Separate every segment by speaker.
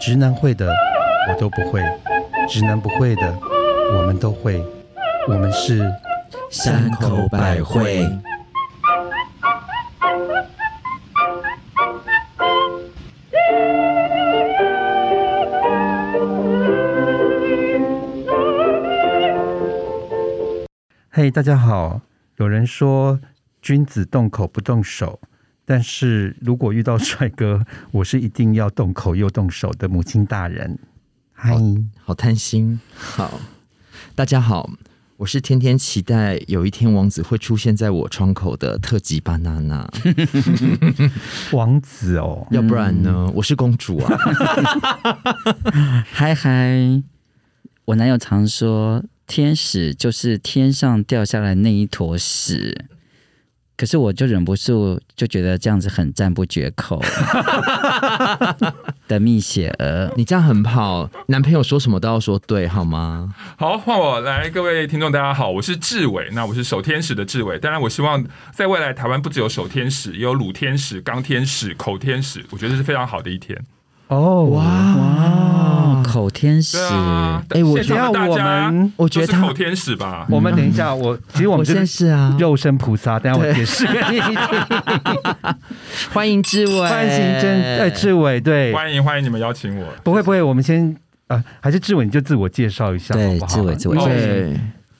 Speaker 1: 直男会的我都不会，直男不会的我们都会，我们是
Speaker 2: 山口百惠。
Speaker 1: 嘿大家好。有人说君子动口不动手，但是如果遇到帅哥， 我是一定要动口又动手的母亲大人。哦嗨，
Speaker 2: 好贪心。好，大家好，我是天天期待有一天王子会出现在我窗口的特级巴娜娜，
Speaker 1: 嗯王子哦，
Speaker 2: 要不然呢？我是公主 啊！
Speaker 3: 嗨嗨，我男友常说，天使就是天上掉下来那一坨屎。可是我就忍不住就觉得这样子很赞不绝 口的蜜雪儿，
Speaker 2: 你这样很不好，男朋友说什么都要说对，好吗？
Speaker 4: 好，换我来，各位听众，大家好，我是志伟，那我是守天使的志伟。当然，我希望在未来台湾不只有守天使，也有乳天使、钢天使、口天使，我觉得这是非常好的一天。
Speaker 1: 哦哇，
Speaker 3: 哦，口天使
Speaker 4: 对，啊，
Speaker 2: 哎我
Speaker 4: 现
Speaker 1: 只要
Speaker 4: 场的大
Speaker 1: 我
Speaker 4: 家
Speaker 1: 们，
Speaker 2: 我
Speaker 4: 就
Speaker 2: 觉
Speaker 4: 是
Speaker 2: 得他
Speaker 4: 口，天使吧。
Speaker 1: 我们等一下，我其嗯实我
Speaker 2: 我
Speaker 1: 们就
Speaker 2: 现在
Speaker 1: 是
Speaker 2: 是啊，
Speaker 1: 肉身菩萨，等一下我解释给你 听。
Speaker 2: 欢迎志伟，
Speaker 1: 范行真呃志伟对，
Speaker 4: 欢迎欢迎你们邀请我。
Speaker 1: 不会不会，我们先呃还是志伟你就自我介绍一下好
Speaker 3: 对
Speaker 1: 不好？
Speaker 3: 志伟志伟
Speaker 4: 哦
Speaker 2: 对，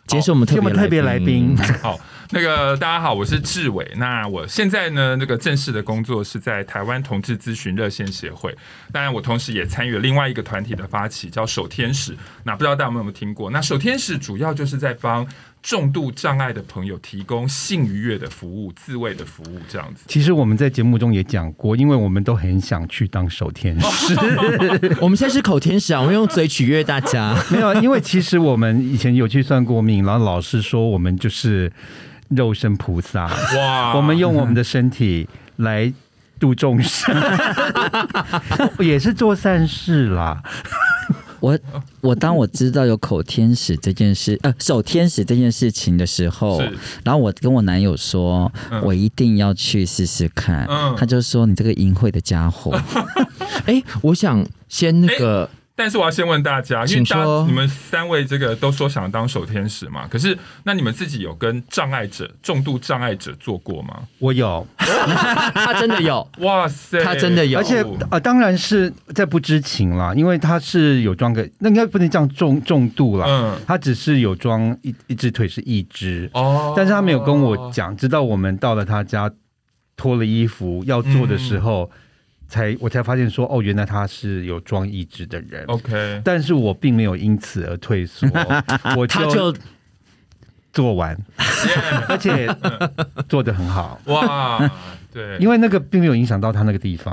Speaker 2: 接受我们特
Speaker 1: 哦因为我
Speaker 2: 别
Speaker 1: 们特别来宾，
Speaker 4: 好，那个大家好，我是志伟。那我现在呢，那个正式的工作是在台湾同志咨询热线协会。当然，我同时也参与了另外一个团体的发起，叫守天使。那不知道大家有没有听过？那守天使主要就是在帮重度障碍的朋友提供性愉悦的服务、自慰的服务这样子。
Speaker 1: 其实我们在节目中也讲过，因为我们都很想去当守天使。
Speaker 2: 我们现在是口天使啊，我们用嘴取悦大 家。
Speaker 1: 没有，因为其实我们以前有去算过命，然后老师说我们就是肉身菩萨，
Speaker 4: 哇
Speaker 1: 我们用我们的身体来度众生，也是做善事啦。
Speaker 3: 我我当我知道有口天使这件事，呃，手天使这件事情的时候
Speaker 4: 是，
Speaker 3: 然后我跟我男友说，
Speaker 4: 嗯
Speaker 3: 我一定要去试试看，
Speaker 4: 嗯
Speaker 3: 他就说你这个淫秽的家伙，
Speaker 2: 哎、我想先那个，
Speaker 4: 但是我要先问大家，因
Speaker 2: 请
Speaker 4: 为大
Speaker 2: 说
Speaker 4: 家你们三位这个都说想当守天使嘛，可是那你们自己有跟障碍者、重度障碍者做过吗？
Speaker 1: 我有，哎
Speaker 2: 他真的有，
Speaker 4: 哇塞，
Speaker 2: 他真的有
Speaker 1: 而且呃，当然是在不知情啦，因为他是有装个，那应该不能叫重重度啦，
Speaker 4: 嗯
Speaker 1: 他只是有装一一只腿是一只，
Speaker 4: 哦
Speaker 1: 但是他没有跟我讲，直到我们到了他家，脱了衣服要做的时候，
Speaker 2: 嗯
Speaker 1: 才我才发现说，哦，原来他是有装义肢的人。
Speaker 2: 哦
Speaker 4: OK，
Speaker 1: 但是我并没有因此而退 缩，我
Speaker 2: 他就
Speaker 1: 做完，
Speaker 4: 耶
Speaker 1: 而且
Speaker 2: 嗯
Speaker 1: 做的很好，
Speaker 4: 哇，对，
Speaker 1: 因为那个并没有影响到他那个地方。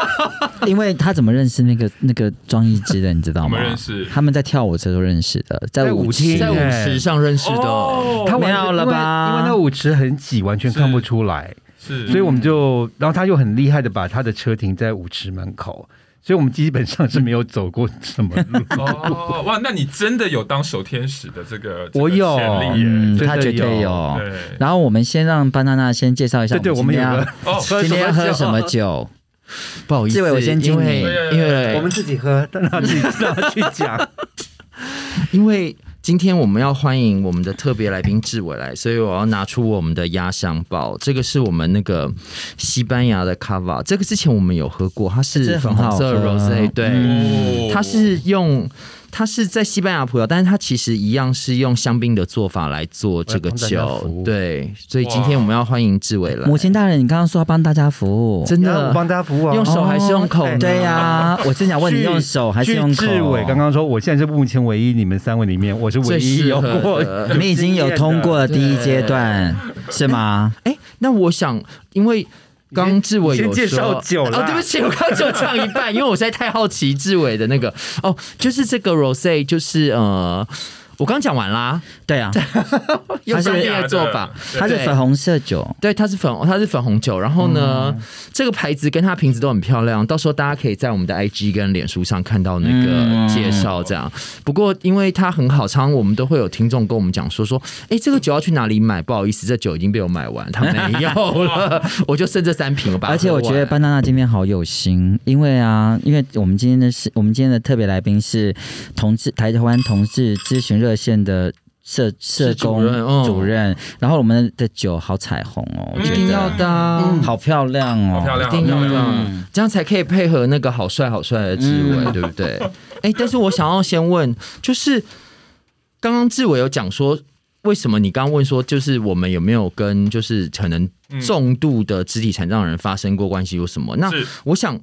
Speaker 3: 因为他怎么认识那个那个庄一之的，你知道
Speaker 4: 我
Speaker 3: 吗？
Speaker 4: 们认识
Speaker 3: 他们在跳舞的时候认识的，在
Speaker 1: 在舞
Speaker 3: 舞
Speaker 1: 厅
Speaker 3: 厅，
Speaker 2: 在舞池上认识的。
Speaker 4: 哦
Speaker 1: 他完
Speaker 2: 没有了吧
Speaker 1: 因为因为那个舞池很挤，完全
Speaker 4: 是
Speaker 1: 看不出来，
Speaker 4: 是，
Speaker 1: 所以我们就，然后他又很厉害的把他的车停在舞池门口，所以我们基本上是没有走过什么路。
Speaker 4: 哦哇，那你真的有当守天使的这个
Speaker 1: 我有嗯
Speaker 4: 这
Speaker 1: 真的
Speaker 3: 嗯，
Speaker 4: 个潜力耶，
Speaker 3: 他绝对
Speaker 1: 有
Speaker 3: 有。
Speaker 4: 对，
Speaker 3: 然后我们先让巴娜娜先介绍一下，
Speaker 1: 对对，我们有
Speaker 3: 今天要
Speaker 1: 个
Speaker 4: 哦
Speaker 1: 喝
Speaker 3: 今天要
Speaker 1: 什么酒
Speaker 3: 喝什么 酒？
Speaker 2: 不好意思，
Speaker 3: 志伟我先敬
Speaker 2: 因
Speaker 3: 你
Speaker 2: 为
Speaker 4: 对
Speaker 2: 因为
Speaker 1: 我们自己喝，但他自己让他去讲。
Speaker 2: 因为今天我们要欢迎我们的特别来宾志伟来，所以我要拿出我们的压箱宝。这个是我们那个西班牙的 cava，这个之前我们有喝过，它
Speaker 3: 这
Speaker 2: 是
Speaker 3: 很
Speaker 2: 粉红色的
Speaker 3: 好喝
Speaker 2: rose，对，
Speaker 4: 哦
Speaker 2: 它是用。它是在西班牙葡萄，但是它其实一样是用香槟的做法来做这个
Speaker 1: 我要帮大家服
Speaker 2: 酒
Speaker 1: 务，
Speaker 2: 对，所以今天我们要欢迎志伟来
Speaker 3: 母，亲大人，你刚刚说要帮大家服务，
Speaker 2: 真
Speaker 1: 然后我
Speaker 2: 的
Speaker 1: 帮大家服务啊，
Speaker 2: 用手还是用口
Speaker 1: 哦
Speaker 2: 呢？
Speaker 3: 对呀、我正想问你用手还是用口？
Speaker 1: 据志伟刚刚说，我现在是目前唯一你们三位里面，我是唯一有
Speaker 2: 最适合
Speaker 1: 过
Speaker 2: 的，
Speaker 3: 你已经有通过了第一阶段，是吗？
Speaker 2: 哎、那我想，因为刚志伟有
Speaker 1: 你先
Speaker 2: 说
Speaker 1: 介绍酒啦
Speaker 2: 哦，对不起，我刚就唱一 半，因为我实在太好奇志伟的那个哦，就是这个 rose，就是呃。我刚讲完啦，
Speaker 3: 对啊，
Speaker 2: 它
Speaker 1: 哦
Speaker 3: 它是
Speaker 2: 是
Speaker 4: 又
Speaker 2: 另
Speaker 4: 是
Speaker 2: 一
Speaker 4: 假
Speaker 2: 个
Speaker 4: 的
Speaker 2: 做法，
Speaker 4: 对
Speaker 3: 它是粉红色酒，
Speaker 2: 对，它是粉红，它是粉红酒。然后呢，
Speaker 3: 嗯
Speaker 2: 这个牌子跟它瓶子都很漂亮，到时候大家可以在我们的 IG 跟脸书上看到那
Speaker 3: 嗯
Speaker 2: 个介绍。这样，不过因为它很好，常常我们都会有听众跟我们讲说说，哎，这个酒要去哪里买？不好意思，这酒已经被我买完，它没有 了，我就剩这三瓶了吧。
Speaker 3: 而且我觉得班娜娜今天好有心，因为啊，因为我们今天的是我们今天的特别来宾是同志台湾同志咨询热线的社
Speaker 2: 是
Speaker 3: 社工
Speaker 2: 主任哦嗯
Speaker 3: 主任然后我们的酒好彩虹哦，我
Speaker 2: 一
Speaker 3: 觉
Speaker 2: 定
Speaker 3: 得嗯
Speaker 2: 要的啊。
Speaker 3: 好漂亮哦，
Speaker 4: 好漂亮，
Speaker 2: 一
Speaker 4: 好
Speaker 2: 定
Speaker 4: 啊漂
Speaker 2: 要
Speaker 4: 亮。
Speaker 2: 的，这样才可以配合那个好帅好帅的志伟，对不对？哎，但是我想要先问，就是刚刚志伟有讲说，为什么你刚刚问说，就是我们有没有跟就是可能重度的肢体残障人发生过关系，有什么？那
Speaker 4: 嗯是
Speaker 2: 我想，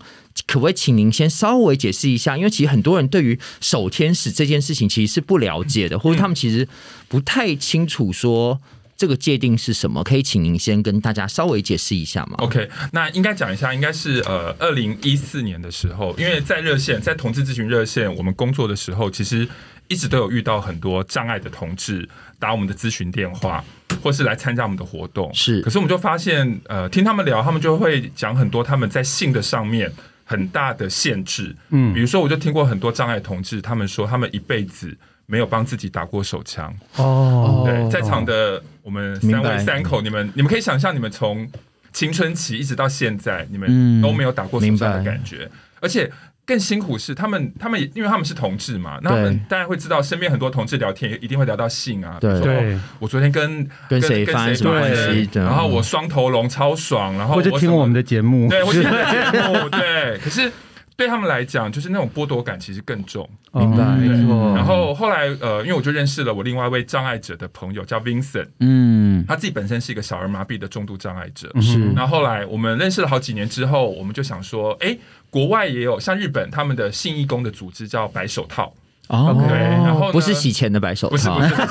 Speaker 2: 可不可以请您先稍微解释一下？因为其实很多人对于守天使这件事情其实是不了解
Speaker 4: 嗯
Speaker 2: 的，或者他们其实不太清楚说。这个界定是什么？可以请您先跟大家稍微解释一下吗？
Speaker 4: OK，那应该讲一下，应该是呃，二零一四年的时候，因为在热线，在同志咨询热线，我们工作的时候，其实一直都有遇到很多障碍的同志打我们的咨询电话，或是来参加我们的活动。
Speaker 2: 是
Speaker 4: 可是我们就发现，呃，听他们聊，他们就会讲很多他们在性的上面很大的限制。嗯，比如说，我就听过很多障碍同志，他们说他们一辈子没有帮自己打过手枪。
Speaker 1: 哦
Speaker 4: 对，在场的我们三
Speaker 2: 明白
Speaker 4: 位三口，你们你们可以想象，你们从青春期一直到现在，你们
Speaker 3: 嗯
Speaker 4: 都没有打过手
Speaker 2: 明
Speaker 4: 枪
Speaker 2: 白
Speaker 4: 的感觉，而且。更辛苦是他们，他们也因为他们是同志嘛，那他
Speaker 2: 对
Speaker 4: 们当然会知道身边很多同志聊天一定会聊到性啊，
Speaker 2: 对
Speaker 4: 比如说
Speaker 1: 对
Speaker 4: 哦我昨天跟
Speaker 2: 跟谁
Speaker 4: 跟
Speaker 2: 发生
Speaker 4: 谁
Speaker 2: 什么
Speaker 4: 发
Speaker 2: 关
Speaker 4: 生
Speaker 2: 系这样嗯
Speaker 4: 然后我双头龙超爽，然后
Speaker 1: 或者
Speaker 4: 什
Speaker 1: 听
Speaker 4: 么
Speaker 1: 我们的节目，
Speaker 4: 对，我听你的节目，对，可是对他们来讲，就是那种剥夺感其实更重，
Speaker 1: 哦明
Speaker 2: 白
Speaker 1: 没错。
Speaker 2: 哦
Speaker 4: 然后后来呃，因为我就认识了我另外一位障碍者的朋友叫 Vincent，
Speaker 3: 嗯，
Speaker 4: 他自己本身是一个小儿麻痹的重度障碍者。
Speaker 2: 嗯
Speaker 1: 是
Speaker 4: 然后后来我们认识了好几年之后，我们就想说，哎，国外也有像日本他们的性义工的组织叫白手套，
Speaker 3: 哦，
Speaker 4: 对然后呢
Speaker 2: 不是洗钱的白手
Speaker 4: 不是
Speaker 2: 套
Speaker 4: 不是，不是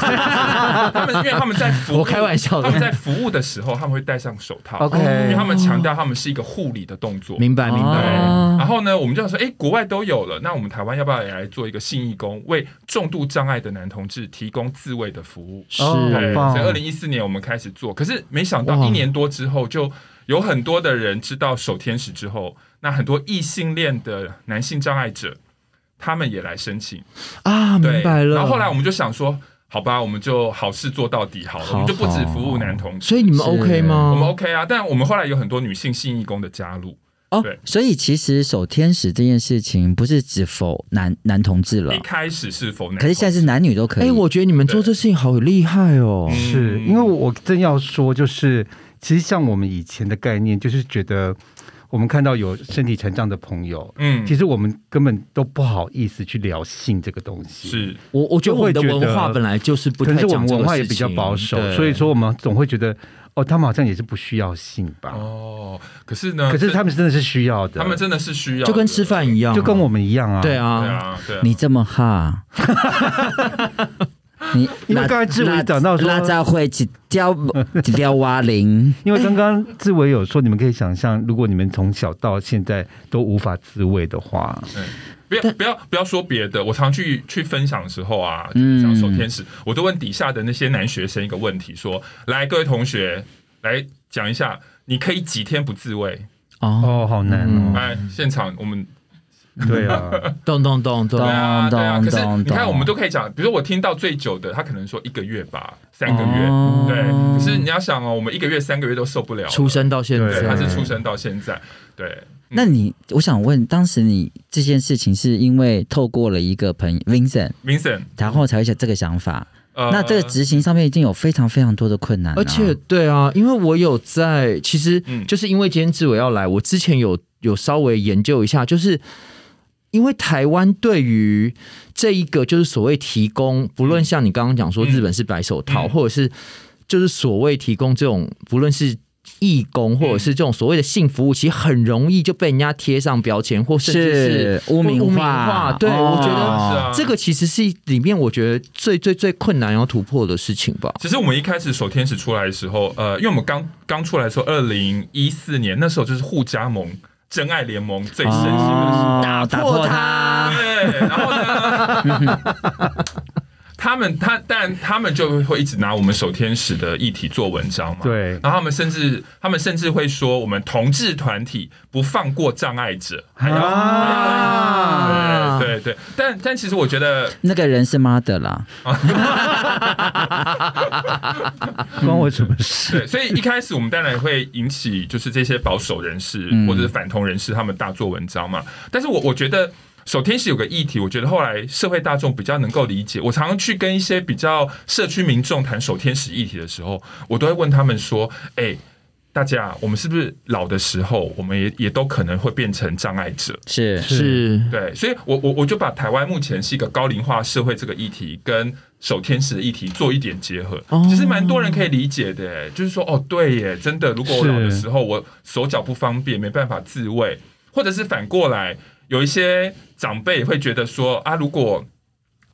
Speaker 4: 他们因为他们在服务，
Speaker 2: 我开玩笑的
Speaker 4: 他们在服务的时候他们会戴上手套
Speaker 2: OK
Speaker 4: 因为他们强调他们是一个护理的动作。
Speaker 2: 明白明
Speaker 4: 对，
Speaker 2: 白。
Speaker 3: 哦
Speaker 4: 然后呢，我们就想说，哎，国外都有了，那我们台湾要不要也来做一个性义工，为重度障碍的男同志提供自慰的服务？
Speaker 3: 是
Speaker 1: 哦
Speaker 4: 对，
Speaker 1: 好棒
Speaker 4: 所以二零一四年我们开始做，可是没想到
Speaker 2: 哇
Speaker 4: 一年多之后，就有很多的人知道守天使之后，那很多异性恋的男性障碍者，他们也来申请，
Speaker 2: 啊，
Speaker 4: 对，
Speaker 2: 明白了。
Speaker 4: 然后后来我们就想说，好吧，我们就好事做到底好了，
Speaker 3: 好
Speaker 4: 我们就不止服务男同志，
Speaker 2: 所以你们
Speaker 3: 是
Speaker 2: OK
Speaker 4: 我们
Speaker 2: 吗？
Speaker 4: OK 啊，但我们后来有很多女性性义工的加入，
Speaker 3: 哦
Speaker 4: 对，
Speaker 3: 所以其实守天使这件事情不是只否男男同志了
Speaker 2: 啊
Speaker 4: 一，开始是否男同志，
Speaker 3: 可是现在是男女都可以。
Speaker 2: 哎，我觉得你们做这事情好厉害哦。
Speaker 4: 嗯
Speaker 1: 是因为我正要说，就是其实像我们以前的概念，就是觉得我们看到有身体残障的朋友，
Speaker 4: 嗯
Speaker 1: 其实我们根本都不好意思去聊性这个东西。，
Speaker 4: 是
Speaker 2: 我我觉得我们的
Speaker 1: 就会觉得
Speaker 2: 文化本来就是不
Speaker 1: 可能
Speaker 2: 太
Speaker 1: 是我
Speaker 2: 讲
Speaker 1: 们
Speaker 2: 这个
Speaker 1: 文化也
Speaker 2: 事
Speaker 1: 比较
Speaker 2: 情
Speaker 1: 保守，
Speaker 2: 对
Speaker 1: 所以说我们总会觉得哦，他们好像也是不需要性吧？
Speaker 4: 哦，可是呢，
Speaker 1: 可是他们真的是需要的，
Speaker 4: 他们真的是需要的，
Speaker 2: 就跟吃饭一样，
Speaker 1: 就跟我们一样啊。
Speaker 2: 对
Speaker 4: 对
Speaker 2: 啊，
Speaker 4: 啊，对啊，
Speaker 3: 你这么哈， 你
Speaker 1: 因为刚才志伟讲到说
Speaker 3: 拉扎会几条 几条蛙铃，
Speaker 1: 因为刚刚志伟有说，你们可以想象，如果你们从小到现在都无法自慰的话，
Speaker 4: 不要不要不要说别的，我常去去分享的时候啊，就是讲守天使，
Speaker 3: 嗯
Speaker 4: 我都问底下的那些男学生一个问题，说：来，各位同学，来讲一下，你可以几天不自慰？
Speaker 3: 哦，
Speaker 1: 哦，好难哦。
Speaker 4: 来，现场我们
Speaker 1: 对啊，
Speaker 2: 咚咚咚
Speaker 4: 对
Speaker 2: 咚，
Speaker 4: 啊对啊，
Speaker 3: 懂
Speaker 4: 可是
Speaker 3: 懂
Speaker 4: 你看，
Speaker 3: 懂
Speaker 4: 我们都可以讲，比如说我听到最久的，他可能说一个月吧，三个月，
Speaker 3: 哦
Speaker 4: 对。可是你要想哦，我们一个月、三个月都受不了了，
Speaker 2: 出生到现在
Speaker 4: 对，他是
Speaker 1: 对
Speaker 4: 出生到现在，对。
Speaker 3: 那你我想问，当时你这件事情是因为透过了一个朋友 Vincent，
Speaker 4: Vincent，
Speaker 3: 然后才会有这个想法。
Speaker 4: 呃，
Speaker 3: 那这个执行上面一定有非常非常多的困难啊、
Speaker 2: 而且对啊，因为我有在，其实
Speaker 4: 嗯
Speaker 2: 就是因为今天志伟要来，我之前有有稍微研究一下，就是因为台湾对于这一个就是所谓提供，不论像你刚刚讲说
Speaker 4: 嗯
Speaker 2: 日本是白手套，
Speaker 4: 嗯
Speaker 2: 或者是就是所谓提供这种，不论是。义工或者是这种所谓的性服务，其实很容易就被人家贴上标签，或甚至是
Speaker 3: 是污名化，哦
Speaker 2: 污名化对我觉得
Speaker 4: 是啊
Speaker 2: 这个其实是里面我觉得最最最困难要突破的事情吧。
Speaker 4: 其实我们一开始守天使出来的时候，呃，因为我们刚刚出来的时候，二零一四年那时候就是互加盟、真爱联盟最盛行的时候，
Speaker 3: 哦打破它，
Speaker 4: 对，然后呢，他他们他但他们就会一直拿我们守天使的议题做文章嘛，
Speaker 1: 对
Speaker 4: 然后他们甚至他们甚至会说我们同志团体不放过障碍者，还要、
Speaker 3: 啊
Speaker 4: 对对对，但但其实我觉得
Speaker 3: 那个人是 mother 啦，
Speaker 1: 关我什么事？
Speaker 4: 对，所以一开始我们当然会引起就是这些保守人士
Speaker 3: 嗯
Speaker 4: 或者是反同人士他们大做文章嘛。但是我我觉得。守天使有个议题，我觉得后来社会大众比较能够理解。我常常去跟一些比较社区民众谈守天使议题的时候，我都会问他们说：“哎、大家，我们是不是老的时候，我们也也都可能会变成障碍者？
Speaker 3: 是
Speaker 2: 是
Speaker 4: 对，所以我我我就把台湾目前是一个高龄化社会这个议题跟守天使的议题做一点结合，
Speaker 2: 哦
Speaker 4: 其实蛮多人可以理解的耶，就是说哦，对耶，真的，如果我
Speaker 1: 是
Speaker 4: 老的时候我手脚不方便，没办法自卫，或者是反过来，有一些长辈会觉得说啊，如果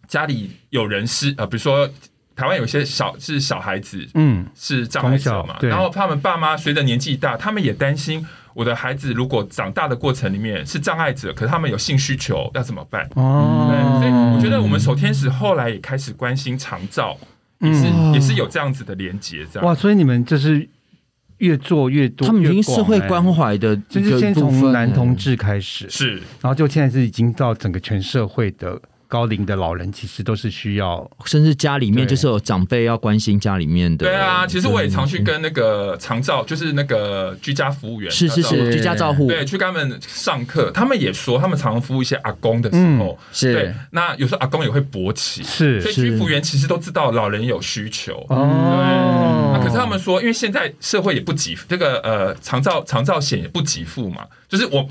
Speaker 4: 家里有人是呃，比如说台湾有些小是小孩子
Speaker 1: 嗯，
Speaker 4: 是障碍者
Speaker 1: 从
Speaker 4: 嘛
Speaker 1: 小，对
Speaker 4: 然后他们爸妈随着年纪大，他们也担心我的孩子如果长大的过程里面是障碍者，可是他们有性需求，要怎么办？对，所以我
Speaker 1: 哦，
Speaker 4: 觉得我们守天使后来也开始关心长照，
Speaker 2: 嗯
Speaker 4: 也是、也是有这样子的连接，这
Speaker 1: 嗯哇，
Speaker 4: 样。
Speaker 1: 所以你们就是越做越多，
Speaker 2: 他们已经社会
Speaker 1: 越广
Speaker 2: 关怀的
Speaker 1: 欸，就
Speaker 2: 一
Speaker 1: 是
Speaker 2: 个
Speaker 1: 先
Speaker 2: 部
Speaker 1: 从
Speaker 2: 分。
Speaker 1: 男同志开始，
Speaker 4: 是
Speaker 1: 然后就现在是已经到整个全社会的高龄的老人，其实都是需要
Speaker 2: 甚至家里面
Speaker 1: 对
Speaker 2: 就是有长辈要关心家里面的。
Speaker 4: 对啊，其实我也常去跟那个长照，就是那个居家服务员，
Speaker 2: 是是
Speaker 4: 长照
Speaker 2: 是居家照护，
Speaker 4: 对，去跟他们上课，他们也说，他们常服务一些阿公的时候，对
Speaker 3: 是，
Speaker 4: 那有时候阿公也会勃起，
Speaker 1: 嗯是
Speaker 4: 所以居服员其实都知道老人有需求。
Speaker 1: 哦
Speaker 4: 那、啊可是他们说，因为现在社会也不给付这个呃长照长照险也不给付嘛，就是我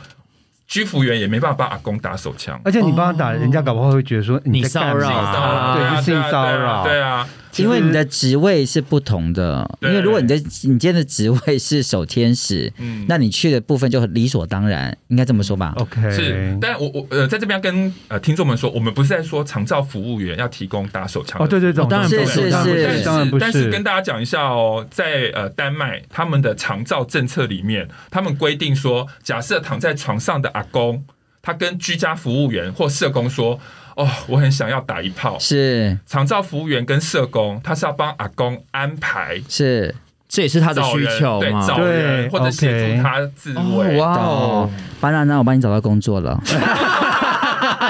Speaker 4: 居服员也没办法帮阿公打手枪，
Speaker 1: 而且你帮他打，人家搞不好会觉得说
Speaker 2: 你
Speaker 1: 在
Speaker 2: 骚
Speaker 1: 干嘛
Speaker 2: 扰
Speaker 4: 性骚扰
Speaker 1: 啊对，是性骚扰，
Speaker 4: 啊嗯对啊，
Speaker 1: 其实
Speaker 3: 因为你的职位是不同的，因
Speaker 4: 对
Speaker 3: 为如果你的你今天的职位是守天使，
Speaker 4: 嗯
Speaker 3: 那你去的部分就很理所当然，应该这么说吧？
Speaker 1: OK，
Speaker 4: 是，但我我呃在这边要跟呃听众们说，我们不是在说长照服务员要提供打手枪
Speaker 1: 哦，对对对，
Speaker 2: 哦当然
Speaker 1: 懂
Speaker 2: 不
Speaker 3: 是
Speaker 1: 懂当然不
Speaker 3: 是
Speaker 1: 当然不
Speaker 4: 但
Speaker 1: 是
Speaker 4: 是跟大家讲一下哦，在呃丹麦，他们的长照政策里面，他们规定说，假设躺在床上的阿公，他跟居家服务员或社工说：“哦，我很想要打一炮。
Speaker 3: 是”
Speaker 4: 长照服务员跟社工，他是要帮阿公安排
Speaker 3: 是，
Speaker 2: 这也是他的
Speaker 4: 找
Speaker 2: 需
Speaker 4: 人
Speaker 2: 求
Speaker 4: 对
Speaker 2: 嘛。
Speaker 4: 找
Speaker 1: 对
Speaker 4: 人或者协
Speaker 1: OK
Speaker 4: 助他自
Speaker 2: 哦
Speaker 4: 慰。
Speaker 2: 哇
Speaker 3: 哦
Speaker 2: 哦，，
Speaker 3: 巴娜娜，我帮你找到工作 了，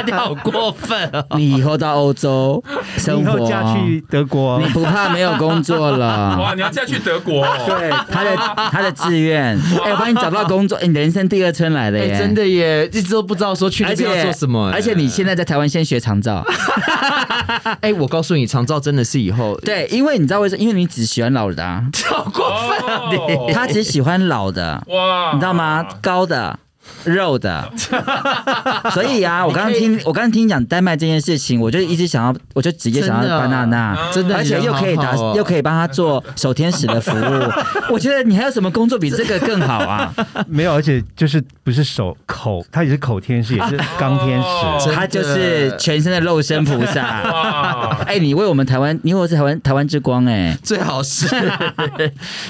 Speaker 2: 你好过分哦！
Speaker 3: 你以后到欧洲
Speaker 1: 你
Speaker 3: 生
Speaker 1: 以
Speaker 3: 活，啊
Speaker 1: 后嫁去德国
Speaker 3: 你，不怕没有工作了？
Speaker 4: 哇，你要嫁去德国、哦？
Speaker 3: 对，他的他的志愿， 哎，我帮你找到工作，哎你人生第二春来 了
Speaker 2: 哎、
Speaker 3: 耶！
Speaker 2: 真，的耶，一直都不知道说去那
Speaker 3: 而且
Speaker 2: 边要做什么、哎
Speaker 3: 而且你现在在台湾先学长照，
Speaker 2: 哎、我告诉你，长照真的是以后
Speaker 3: 对，因为你知道为什么？因为你只喜欢老的啊，
Speaker 2: 好过分。
Speaker 4: 哦
Speaker 3: 他只喜欢老 的，
Speaker 4: 哇，
Speaker 3: 你知道吗？
Speaker 2: 啊
Speaker 3: 高的。肉的，所以啊，我刚刚听我刚刚听你讲丹麦这件事情，我就一直想要，我就直接想
Speaker 2: 真的啊
Speaker 3: 要巴娜娜，
Speaker 4: 嗯真的
Speaker 3: 而且又可以
Speaker 2: 人
Speaker 3: 打
Speaker 2: 好好哦，
Speaker 3: 又可以帮他做守天使的服务。 我觉得你还有什么工作比这个更好啊？
Speaker 1: 没有，而且就是不是手口，他也是口天使，也是钢天使
Speaker 4: 哦，
Speaker 3: 他就是全身的肉身菩萨。
Speaker 4: 哇，
Speaker 3: 哎，你为我们台湾，你为我是台湾台湾之光哎
Speaker 2: 最好是，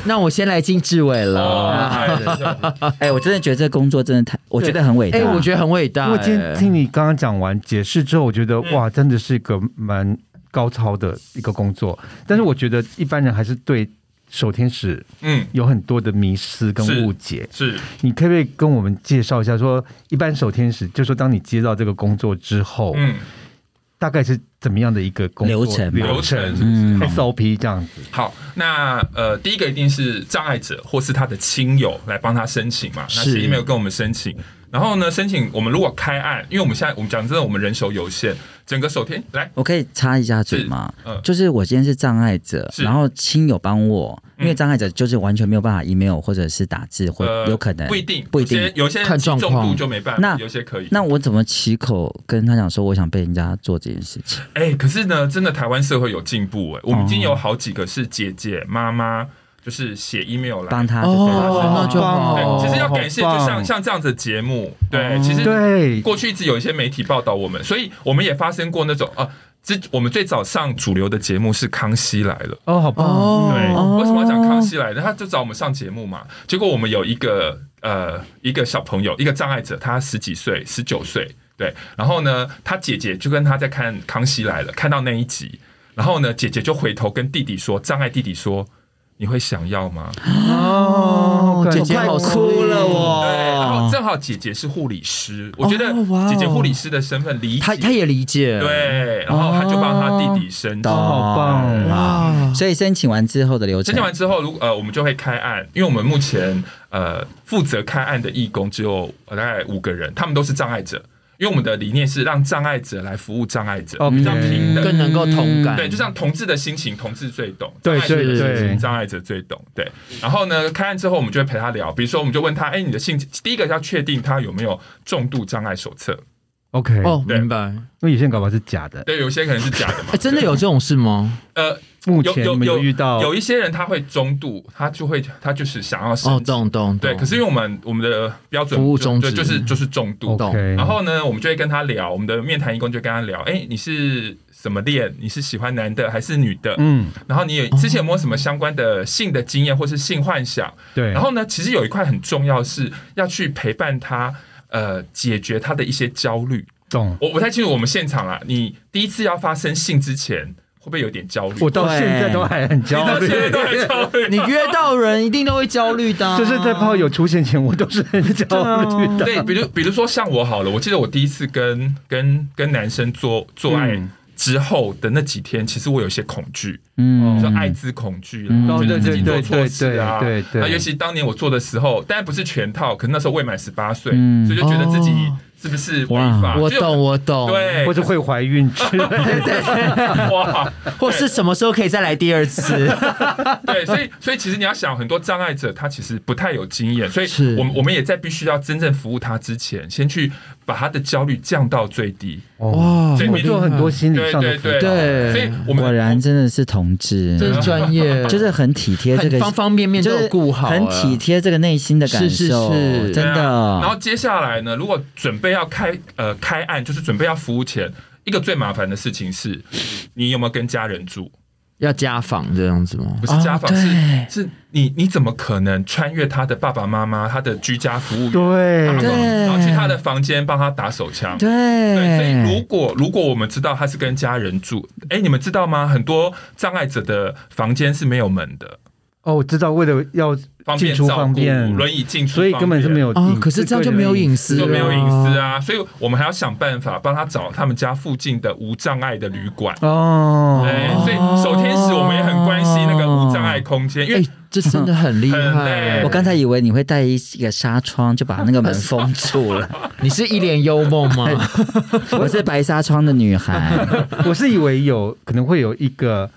Speaker 2: 那我先来进志伟了。
Speaker 4: 哦太人了
Speaker 3: 哎，我真的觉得这工作真的太，我觉得很伟大。
Speaker 2: 啊哎、我觉得很伟大、
Speaker 4: 哦
Speaker 1: 因为今天
Speaker 2: 哎
Speaker 1: 听你刚刚讲完解释之后，我觉得
Speaker 4: 嗯
Speaker 1: 哇，真的是一个蛮高超的一个工作。但是我觉得一般人还是对守天使
Speaker 4: 嗯，
Speaker 1: 有很多的迷失
Speaker 4: 是
Speaker 1: 跟误解。
Speaker 4: 是
Speaker 1: 你可不可以跟我们介绍一下说一般守天使，就说当你接到这个工作之后，
Speaker 4: 嗯
Speaker 1: 大概是怎么样的一个工作
Speaker 3: 流程吧
Speaker 1: 流
Speaker 4: 流程
Speaker 1: 程、
Speaker 3: 嗯
Speaker 1: SOP 这样子？
Speaker 4: 好，那呃，第一个一定是障碍者或是他的亲友来帮他申请嘛，那
Speaker 2: 是
Speaker 4: 是 email 跟我们申请。然后呢，申请我们如果开案，因为我们现在我们讲真的，我们人手有限，整个手天来
Speaker 3: 我可以插一下嘴吗？
Speaker 4: 是嗯
Speaker 3: 就是我今天是障碍者，
Speaker 4: 是
Speaker 3: 然后亲友帮我，因为障碍者就是完全没有办法 email 或者是打字，或
Speaker 4: 呃
Speaker 3: 有可能
Speaker 4: 不一定
Speaker 3: 不一定。
Speaker 4: 有些有些
Speaker 2: 看
Speaker 4: 人
Speaker 2: 状
Speaker 4: 重
Speaker 2: 况
Speaker 4: 度就没办法，
Speaker 3: 那
Speaker 4: 有些可以。
Speaker 3: 那我怎么起口跟他讲说我想被人家做这件事情？
Speaker 4: 哎、可是呢，真的台湾社会有进步哎、我们已经
Speaker 3: 哦
Speaker 4: 有好几个是姐姐妈妈就是写 email 来
Speaker 3: 帮。他就对了
Speaker 2: 哦，那就好。
Speaker 1: 哦
Speaker 4: 对，哎其实要感谢，就
Speaker 1: 好棒
Speaker 4: 像像这样子的节目，对，其实
Speaker 1: 对，
Speaker 4: 过去一直有一些媒体报道我们，所以我们也发生过那种啊，之我们最早上主流的节目是《康熙来了》。
Speaker 1: 哦，好棒，
Speaker 2: 哦
Speaker 4: 对，为什么要讲康熙来了？他就找我们上节目嘛。结果我们有一个呃一个小朋友，一个障碍者，他十几岁，十九岁，对。然后呢，他姐姐就跟他在看《康熙来了》，看到那一集。然后呢，姐姐就回头跟弟弟说，障碍弟弟说。你会想要吗？
Speaker 1: 哦
Speaker 2: 姐姐好哭了
Speaker 4: 对，然后
Speaker 2: 哦，
Speaker 4: 正好姐姐是护理师，我觉得
Speaker 2: 哦哇哦
Speaker 4: 姐姐护理师的身份理解，
Speaker 2: 她她也理解，，
Speaker 4: 对，然后他就帮他弟弟申请。
Speaker 3: 懂
Speaker 1: 好
Speaker 2: 哦
Speaker 4: 哦
Speaker 1: 棒
Speaker 2: 哇，
Speaker 3: 所以申请完之后的流程
Speaker 4: 申请，完之后，如果呃，我们就会开案，因为我们目前呃负责开案的义工只有呃大概五个人，他们都是障碍者，因为我们的理念是让障碍者来服务障碍
Speaker 2: 哦
Speaker 4: 者，
Speaker 1: OK
Speaker 4: 哦比较平等。
Speaker 2: 更能够同感，
Speaker 4: 对，就像同志的心情，同志最懂，
Speaker 1: 对
Speaker 4: 障碍者的
Speaker 1: 对
Speaker 4: 心
Speaker 1: 对
Speaker 4: 情，障碍者最懂。对，然后呢，开案之后，我们就会陪他聊，比如说，我们就问他，哎，你的性，第一个要确定他有没有重度障碍手册，
Speaker 1: ，OK，
Speaker 2: 哦，
Speaker 4: 对
Speaker 2: 明白。
Speaker 1: 因为有些人搞不好是假的，
Speaker 4: 对，有些可能是假的嘛
Speaker 2: 哎，，真的有这种事吗？
Speaker 4: 呃，
Speaker 1: 目
Speaker 4: 有
Speaker 1: 前
Speaker 4: 有
Speaker 1: 没有遇到
Speaker 4: 有一些人他会中度，他就会他就是想要申
Speaker 2: 哦，
Speaker 4: 请
Speaker 2: 懂懂
Speaker 4: 对，可是因为我们我们的标准
Speaker 2: 服务哦
Speaker 4: 就
Speaker 2: 宗
Speaker 4: 就
Speaker 2: 旨
Speaker 4: 就是就是重度。
Speaker 2: 懂
Speaker 1: OK，
Speaker 4: 然后呢，我们就会跟他聊，我们的面谈义工就跟他聊，哎，你是什么恋？你是喜欢男的还是女的？
Speaker 1: 嗯，
Speaker 4: 然后你有之前有没有什么相关的性的经验或是性幻想？
Speaker 1: 对，
Speaker 4: 然后呢，其实有一块很重要是要去陪伴他，呃，解决他的一些焦虑。
Speaker 1: 懂。
Speaker 4: 我我不太清楚我们现场啦，你第一次要发生性之前会不会有点焦虑？
Speaker 1: 我到现在都还很焦
Speaker 4: 到
Speaker 1: 虑
Speaker 4: 现，在都很焦虑。
Speaker 2: 你约到人一定都会焦虑的啊，
Speaker 1: 就是在炮友出现前，我都是很焦虑的。
Speaker 4: 对，比如比如说像我好了，我记得我第一次跟跟跟男生做做爱
Speaker 1: 嗯
Speaker 4: 之后的那几天，其实我有些恐惧，
Speaker 3: 嗯
Speaker 4: 哦就艾滋恐惧啦，
Speaker 3: 嗯
Speaker 4: 觉得自己做
Speaker 1: 对对
Speaker 4: 错事啊，
Speaker 1: 对对对对
Speaker 4: 那尤其当年我做的时候，当然不是全套，可是那时候未满十八岁，
Speaker 3: 嗯
Speaker 4: 所以就觉得自己
Speaker 2: 哦
Speaker 4: 是不是违
Speaker 2: 哇，
Speaker 4: 法？
Speaker 2: 我
Speaker 4: 就有
Speaker 2: 懂我懂，，
Speaker 4: 对，
Speaker 1: 或者 会怀孕之类的，
Speaker 4: 哇，
Speaker 2: 或是什么时候可以再来第二 次？嗯
Speaker 4: 对，所以所以其实你要想，很多障碍者他其实不太有经验，所以
Speaker 2: 是
Speaker 4: 我们我们也在必须要真正服务他之前，先去把他的焦虑降到最低。
Speaker 1: 哇，
Speaker 4: 所以
Speaker 1: 哦我
Speaker 4: 你
Speaker 1: 做很多心理
Speaker 4: 对
Speaker 1: 上的
Speaker 4: 对
Speaker 1: 辅
Speaker 4: 对
Speaker 1: 导。
Speaker 2: 对
Speaker 4: 所以我们
Speaker 3: 果然真的是同
Speaker 2: 这
Speaker 3: 志，
Speaker 2: 是专业，
Speaker 3: 就是很体贴这
Speaker 2: 很
Speaker 3: 个，
Speaker 2: 方方面面都
Speaker 3: 就是
Speaker 2: 有顾好，啊
Speaker 3: 很体。贴这个内心的感
Speaker 2: 是是
Speaker 3: 受，
Speaker 2: 是
Speaker 3: 真
Speaker 4: 对啊然后
Speaker 3: 的。
Speaker 4: 接下来呢，如果准备要开呃开案，就是准备要服务前，一个最麻烦的事情是，你有没有跟家人住？
Speaker 2: 要家访这样子吗？
Speaker 4: 不是家访，
Speaker 3: 哦对
Speaker 4: 是是你你怎么可能穿越他的爸爸妈妈、他的居家服务员、
Speaker 1: 对
Speaker 4: 阿公
Speaker 3: 对
Speaker 4: 然后去他的房间帮他打手枪？对，所以如
Speaker 3: 对，
Speaker 4: 果如果我们知道他是跟家人住，哎、你们知道吗？很多障碍者的房间是没有门的，
Speaker 1: 哦，我知道，为了要
Speaker 4: 方
Speaker 1: 进
Speaker 4: 便
Speaker 1: 出
Speaker 4: 照顾
Speaker 1: 方便，
Speaker 4: 轮椅进出
Speaker 1: 所
Speaker 4: 方便，
Speaker 1: 以根本是没有
Speaker 2: 哦
Speaker 1: 隐私
Speaker 2: 可是这样就
Speaker 1: 个人
Speaker 2: 没有隐私哎
Speaker 4: 就
Speaker 1: 了
Speaker 4: 没有隐私啊，所以我们还要想办法帮他找他们家附近的无障碍的旅馆。
Speaker 1: 哦。
Speaker 4: 对，所以首天使我们也很关心那个无障碍空间，因为
Speaker 2: 哎，这真的很厉
Speaker 4: 很
Speaker 2: 害
Speaker 4: 累。
Speaker 3: 我刚才以为你会带一个纱窗就把那个门封住了，
Speaker 2: 你是一脸幽默吗？
Speaker 3: 我是白纱窗的女孩，
Speaker 1: 我是以为有可能会有一个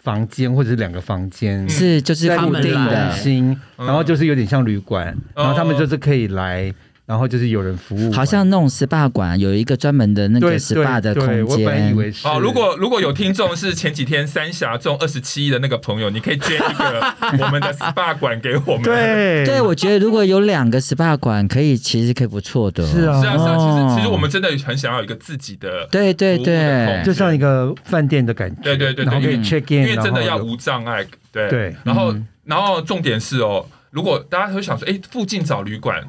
Speaker 1: 房间或者是两个房
Speaker 4: 嗯
Speaker 1: 间
Speaker 3: 是就是
Speaker 1: 在
Speaker 2: 他
Speaker 3: 固
Speaker 1: 固
Speaker 2: 们
Speaker 1: 定
Speaker 3: 定
Speaker 2: 来
Speaker 1: 中
Speaker 3: 的。
Speaker 1: 心，然后就是有点像旅馆，
Speaker 4: 嗯
Speaker 1: 然后他们就是可以来，然后就是有人服务，
Speaker 3: 好像那种 SPA 馆有一个专门的那
Speaker 1: 对
Speaker 3: 个 SPA 的
Speaker 1: 对对
Speaker 3: 空
Speaker 1: 我本来以
Speaker 3: 间，
Speaker 1: 为是
Speaker 4: 哦，如果如果有听众是前几天三峡中二十七亿的那个朋友，你可以捐 一个我们的 SPA 馆给我们。
Speaker 1: 对
Speaker 3: 对我觉得如果有两个 SPA 馆，可以其实可以不错的。
Speaker 1: 是啊
Speaker 4: 是啊是啊，其
Speaker 3: 哦
Speaker 4: 实其实我们真的很想要有一个自己的
Speaker 3: 对对
Speaker 4: 服务的空
Speaker 3: 对
Speaker 4: 间，
Speaker 1: 就像一个饭店的感觉，
Speaker 4: 对对对对
Speaker 1: 然后可以
Speaker 4: 因为
Speaker 1: check in，
Speaker 4: 因为真的
Speaker 1: 然
Speaker 4: 要
Speaker 1: 后
Speaker 4: 无障碍，对
Speaker 1: 对
Speaker 4: 然后，然后重点是哦，如果大家会想说，哎，附近找旅馆，